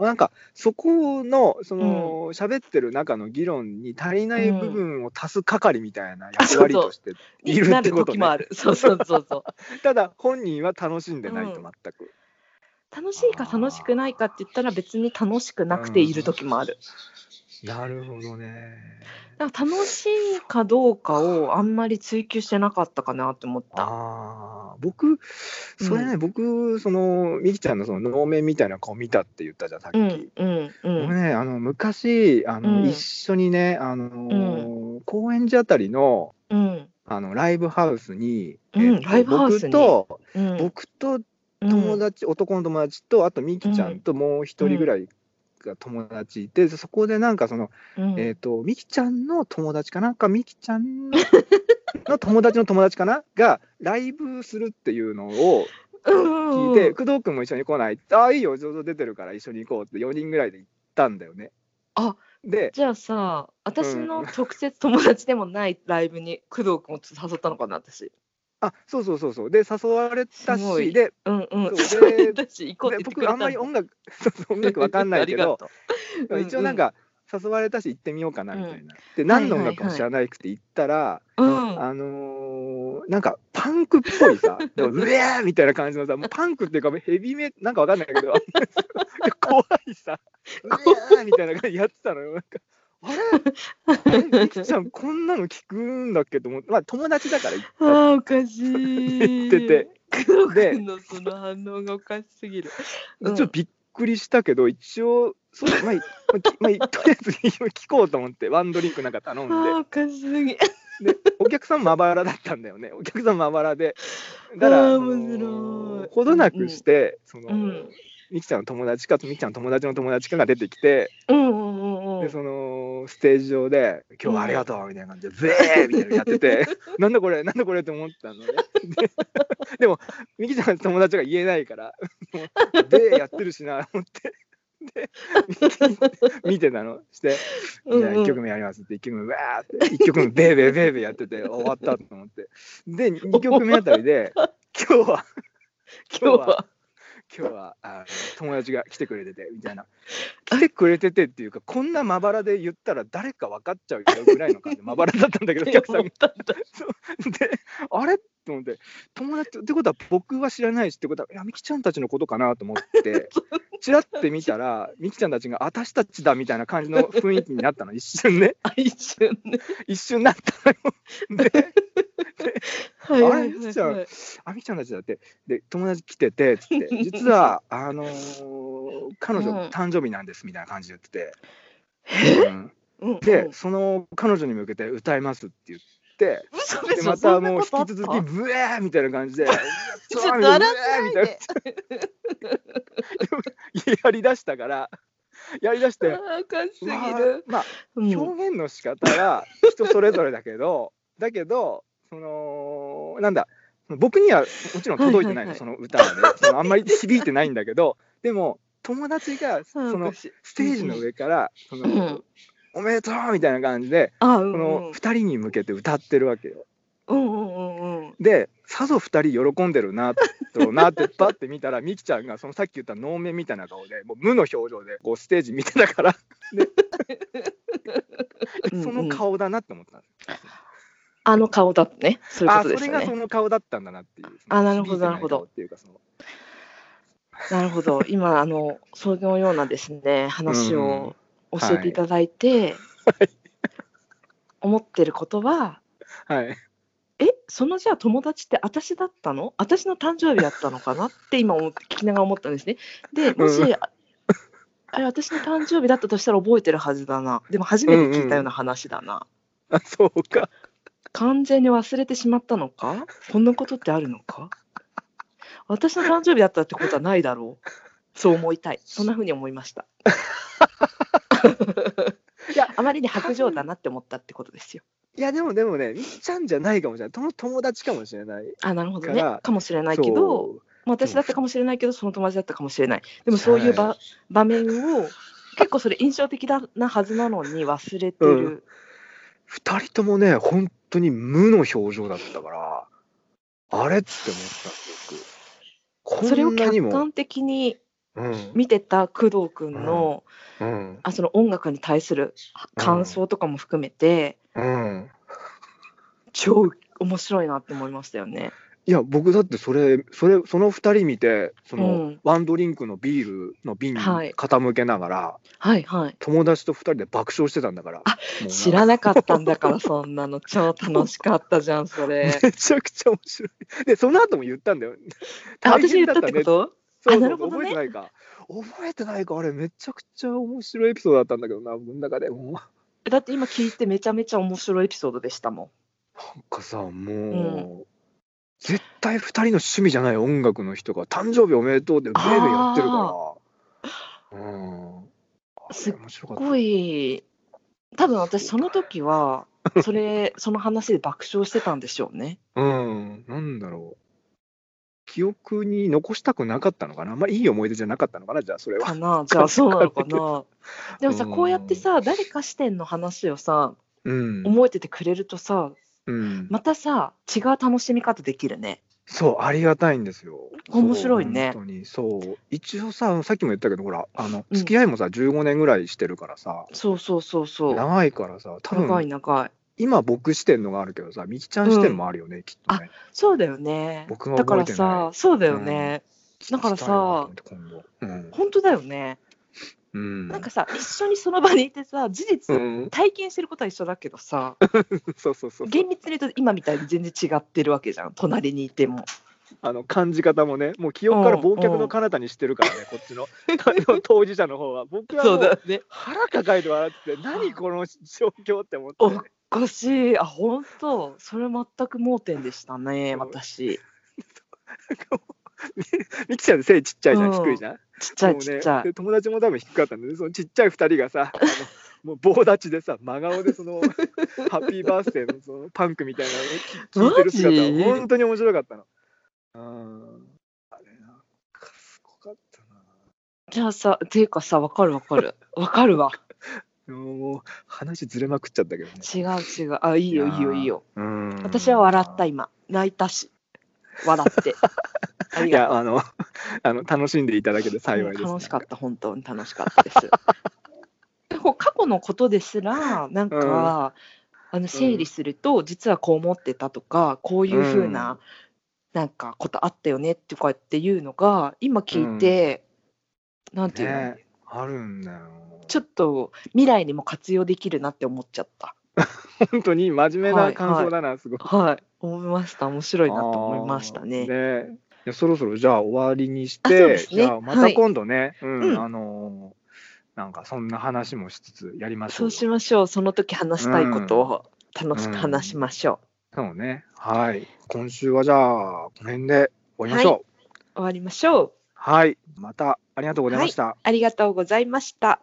S1: なんかそこのその喋、ってる中の議論に足りない部分を足す係みたいな役割として、いる
S2: にな
S1: って
S2: る
S1: ことね
S2: 時もある。そうそうそうそう。
S1: ただ本人は楽しんでないと
S2: うん
S1: 全く。
S2: 楽しいか楽しくないかって言ったら別に楽しくなくている時もある。
S1: なるほどね。
S2: だから楽しいかどうかをあんまり追求してなかったかなって思った。
S1: ああ、僕、それね、僕、その、みきちゃんのその能面みたいな顔見たって言ったじゃん、さっき。
S2: うんうんう
S1: 僕
S2: ん。
S1: ね、あの昔あの、
S2: うん
S1: 一緒にね、あのー高円寺あたりの
S2: うん
S1: あのライブハウスに、
S2: うん
S1: えっと
S2: ライブハウス
S1: 僕
S2: に
S1: と、
S2: うん。
S1: 僕と友達、男の友達と、あとみきちゃんともう一人ぐらいが友達いて、そこでなんかその、
S2: うん、 (laughs)
S1: えっ、と、みきちゃんの友達かなんか、みきちゃんのの友達の友達かなが、ライブするっていうのを聞いて、工
S2: 聞
S1: 藤君も一緒に来ないああ、いいよ、上々出てるから一緒に行こうって、4人ぐらいで行ったんだよね。
S2: あ
S1: で、
S2: じゃあさ私の直接友達でもないライブに工藤君を誘ったのかな私
S1: あそうそうそうそう、で、誘われた
S2: すご
S1: し、
S2: い
S1: で、
S2: うんうん
S1: そう
S2: (laughs)
S1: で
S2: 誘ったし行こうっ
S1: で
S2: て言ってく
S1: 僕、
S2: れた
S1: あんまり音
S2: 楽
S1: 楽、 (laughs) そうそう音楽わかんないけ
S2: (laughs)
S1: ど、
S2: うん
S1: 一応なんか、誘われたし、行ってみようかなみたいな。で、
S2: はいはい
S1: 何の音楽も知らないくて行ったら、
S2: うん
S1: あのーなんかパンクっぽい
S2: (laughs)
S1: さ、でもうえーみたいな感じのさ、もうパンクっていうか、ヘビメ、なんかわかんないけ
S2: (laughs)
S1: ど、怖いさ、うえーみたいな感じでやってたのよ、なんか、あれ、あれみきちゃん、こんなの聞くんだっけと思って、まあ、友達だから行っ
S2: あ
S1: た
S2: ーおかし
S1: 言
S2: い
S1: ってて、
S2: 工藤
S1: で
S2: 君のその反応がおかしすぎる
S1: ち
S2: う
S1: ょ
S2: ん
S1: っとびっくりしたけど、一応、そうまあ、まあまあ、とりあえず聞こうと思って、ワンドリンクなんか頼ん
S2: あーおかしすぎ
S1: で、でお客さんまばらだったんだよね、お客さんまばらで。だから、
S2: あー
S1: あの
S2: 面白い
S1: ほどなくして、その、
S2: うん
S1: みきちゃんの友達かみきちゃんの友達の友達かが出てきて、
S2: うんうんうんうん
S1: でそのステージ上で「今日はありがとう」みたいな感じで「ぜー!」みたいなのやって
S2: (laughs)
S1: て「なんだこれなんだこれ」って思ったのね。 (laughs) ででもみきちゃんの友達が言えないから「もうでー!」やってるしなと思って。で見てたのして「じゃあ1曲目やります」って1曲目わーって1曲目ベーベーベーベーやってて終わったと思ってで2曲目あたりで「今日は
S2: 今日は
S1: 今日はあの友達が来てくれててみたいな来てくれててっていうかこんなまばらで言ったら誰か分かっちゃうよぐらいの感じまばらだったんだ
S2: (laughs)
S1: けどお客さんが
S2: たんだ。
S1: であれと思って友達ってことは僕は知らないしってことはいやみきちゃんたちのことかなと思ってちらって見たらみきちゃんたちが私たちだみたいな感じの雰囲気になったの一瞬ね
S2: あ一瞬ね。
S1: 一瞬なったのよ。で
S2: はいはい
S1: あ
S2: は
S1: れ
S2: い
S1: ミ
S2: は
S1: キちゃん
S2: い。
S1: あみきちゃんたちだってで友達来ててっつって
S2: (laughs)
S1: 実はあのー彼女
S2: うん
S1: 誕生日なんですみたいな感じで言って
S2: え
S1: て、うん
S2: うんうん
S1: でその彼女に向けて歌いますって言って
S2: 嘘で
S1: で
S2: し
S1: ま
S2: ょ。
S1: た
S2: そんな
S1: もう
S2: こ
S1: 引
S2: とあ
S1: き
S2: った
S1: 続きブエーみたいな感じ
S2: (laughs)
S1: で
S2: ちょっと洗わない
S1: ブエーみたいな
S2: で。
S1: (laughs) やりだしたからやりだ
S2: (laughs)
S1: して
S2: あーおかしすぎ
S1: まあ
S2: る。
S1: まあ
S2: うん
S1: 表現の仕方は人それぞれだけ
S2: (laughs)
S1: どだけどそのなんだ僕にはもちろん届いてないの、
S2: はいはいはい
S1: その歌はねそのあんまり響いてないんだけどでも友達がそ
S2: あーお
S1: の
S2: かしい
S1: ステージの上から「その
S2: うん
S1: おめでとう!」みたいな感じで
S2: あーう
S1: こ
S2: んう
S1: の
S2: ん
S1: 2人に向けて歌ってるわけよ。
S2: うんうんうんうん。
S1: でさぞ2人喜んでるなとな
S2: (laughs)
S1: ってパッて見たらみきちゃんがそのさっき言った能面みたいな顔でもう無の表情でこうステージ見てたから
S2: うん
S1: その
S2: うん
S1: 顔だなって思ったんですよ
S2: あの顔だとね。そういうこ
S1: あ
S2: と
S1: そ
S2: でし
S1: れ
S2: た
S1: がそ
S2: ね。
S1: の顔だったんだなっていう。
S2: あなるほ
S1: 響いて
S2: ど
S1: い顔
S2: なるほど
S1: っていうかその
S2: なるほど。今あのそのようなですね話を教えていただいて、思ってることは。
S1: はい。 (laughs)
S2: えそのじゃあ友達って私だったの私の誕生日だったのかなって今思って聞きながら思ったんですね。でもし、
S1: うん
S2: ああれ私の誕生日だったとしたら覚えてるはずだなでも初めて聞いたような話だな、
S1: あそうか。
S2: 完全に忘れてしまったのかこんなことってあるのか私の誕生日だったってことはないだろうそう思いたいそんな風に思いました
S1: (laughs) いや
S2: あまりに白状だなって思ったってことですよ
S1: いやでもでもねみきちゃんじゃないかもしれない。とも友達かもしれない。
S2: あなるほど
S1: か
S2: ね
S1: ら
S2: かもしれないけど
S1: そう
S2: まあ私だったかもしれないけどその友達だったかもしれないでもそういう場,、
S1: は
S2: 場面を結構それ印象的だなはずなのに忘れて
S1: う
S2: る、
S1: 二人ともね本当に無の表情だったからあれって思ったんですよ僕。
S2: それ
S1: こ
S2: を
S1: んなに
S2: 客
S1: も。
S2: 観的に
S1: うん
S2: 見てた工藤君の,、
S1: うん
S2: あその音楽に対する感想とかも含めて、
S1: うん。
S2: 超面白いなって思いましたよね。
S1: いや僕だってそれそれその二人見てその、
S2: うん
S1: ワンドリンクのビールの瓶に
S2: はい
S1: 傾けながら、
S2: はいはい
S1: 友達と二人で爆笑してたんだから。もう
S2: 知らなかったんだからそんなの超楽しかったじゃんそれ。
S1: めちゃくちゃ面白い。で、その後も言ったんだよ。
S2: あ
S1: 大
S2: (laughs) 私
S1: 変
S2: 言っ
S1: だ
S2: たって
S1: ね
S2: こ。と
S1: そうそう
S2: あなるほど
S1: 覚え
S2: ね
S1: てないか。覚えてないか、あれ、めちゃくちゃ面白いエピソードだったんだけどな、僕の中でもう。な
S2: だって今聞いてめちゃめちゃ面白いエピソードでしたもん。
S1: んかさ、もう、絶対二人の趣味じゃない音楽の人が、誕生日おめでとうで、ベーベーやってるから。うん。
S2: すっ
S1: 面白
S2: す
S1: かっ
S2: ごい多分私その時 (laughs) はそれその話で爆笑してたんでしょうね。
S1: た。うん、なんだろう。記憶に残したくなかったのかな。あんまりいい思い出じゃなかったのかな、じゃあ、それは。
S2: か (laughs) なじゃあそうなのか
S1: わ
S2: な。でもさ
S1: うん
S2: こうやってさ誰か視点の話をさ
S1: うん。
S2: 覚えててくれるとさ
S1: うん、
S2: またさ違う楽しみ方できるね。
S1: そう、ありがたいんですよ。
S2: 面白いね
S1: そう本当に、そう。一応さ、さっきも言ったけど、ほら、あの、
S2: うん
S1: 付き合いもさ、15年ぐらいしてるからさ、
S2: そうそうそうそう。
S1: 長いからさ、多
S2: 長い
S1: 分、
S2: 長い。
S1: 今僕視点のがあるけどさ、みきちゃん視点もあるよね、きっとね。
S2: そうだよね。
S1: 僕が
S2: だか
S1: 覚え
S2: ら
S1: てない
S2: さそうだよね。だからさ
S1: 聞きたいなと思って今度
S2: 本当だよね。
S1: うん。うん。
S2: なんかさ一緒にその場にいてさ事
S1: う
S2: 実
S1: ん、
S2: 体験してることは一緒だけどさ
S1: そうそうそう。
S2: 厳密に言うと今みたいに全然違ってるわけじゃん隣にいても。
S1: あの、感じ方もね、もう記憶から
S2: うん
S1: 忘却の彼方にしてるからね、こっちのあの当事者の方は。僕はも
S2: そうだ
S1: う
S2: ね。
S1: 腹抱えて笑ってて、何この状況って思って。
S2: おかしい。あ、本当。それ全く盲点でしたね、
S1: そう
S2: 私。
S1: みきちゃん背ちっちゃいじゃん、
S2: うん
S1: 低いじゃん。
S2: ちっちゃ
S1: も
S2: いうち
S1: ね
S2: っちゃい。
S1: で友達も多分低かったんで、ね、そのちっちゃい二人が
S2: (laughs)
S1: さ、あのもう棒立ちでさ、真顔でその (laughs) ハッピーバースデーのそのパンクみたいなのを聞いてる姿
S2: マジ
S1: は本当に面白かったの。うん。あれなんかすごかったな。
S2: じゃあさ、ていうかさ、わかるわかる。わかるわ。
S1: でももう話ずれまくっちゃったけどね。
S2: 違う違う。あ、いいよ
S1: いやー
S2: いいよいいよ。
S1: うん (laughs)
S2: 私は笑った今。泣いたし。笑って。ああり
S1: い
S2: がと
S1: やあの (laughs) あの楽しんでいただけて幸いです、
S2: う楽しかった本当に楽しかったです
S1: (laughs)
S2: でこう過去のことですらなんか、あの整理すると、実はこう思ってたとかこういうふうな、
S1: うん
S2: なんかことあったよねとかっていうのが今聞いて、なんていうの、
S1: ねえあるんだよ
S2: ちょっと未来にも活用できるなって思っちゃった
S1: 本当に真面目
S2: は
S1: ない感想だな、すごく
S2: はい思いました面白いなと思いました
S1: あ
S2: ね
S1: ーねいやそろそろじゃあ終わりにし
S2: あそう
S1: て、
S2: です
S1: じ
S2: ね
S1: ゃあまた今度ね、うん、
S2: うん
S1: あのーなんかそんな話もしつつやりましょ
S2: そううし
S1: よ
S2: ましょうその時話したいことを楽しく話しましょう、
S1: そうねはい今週はじゃあこの辺で終わりましょう
S2: 終わりましょう
S1: はい、またありがとうございました、
S2: ありがとうございました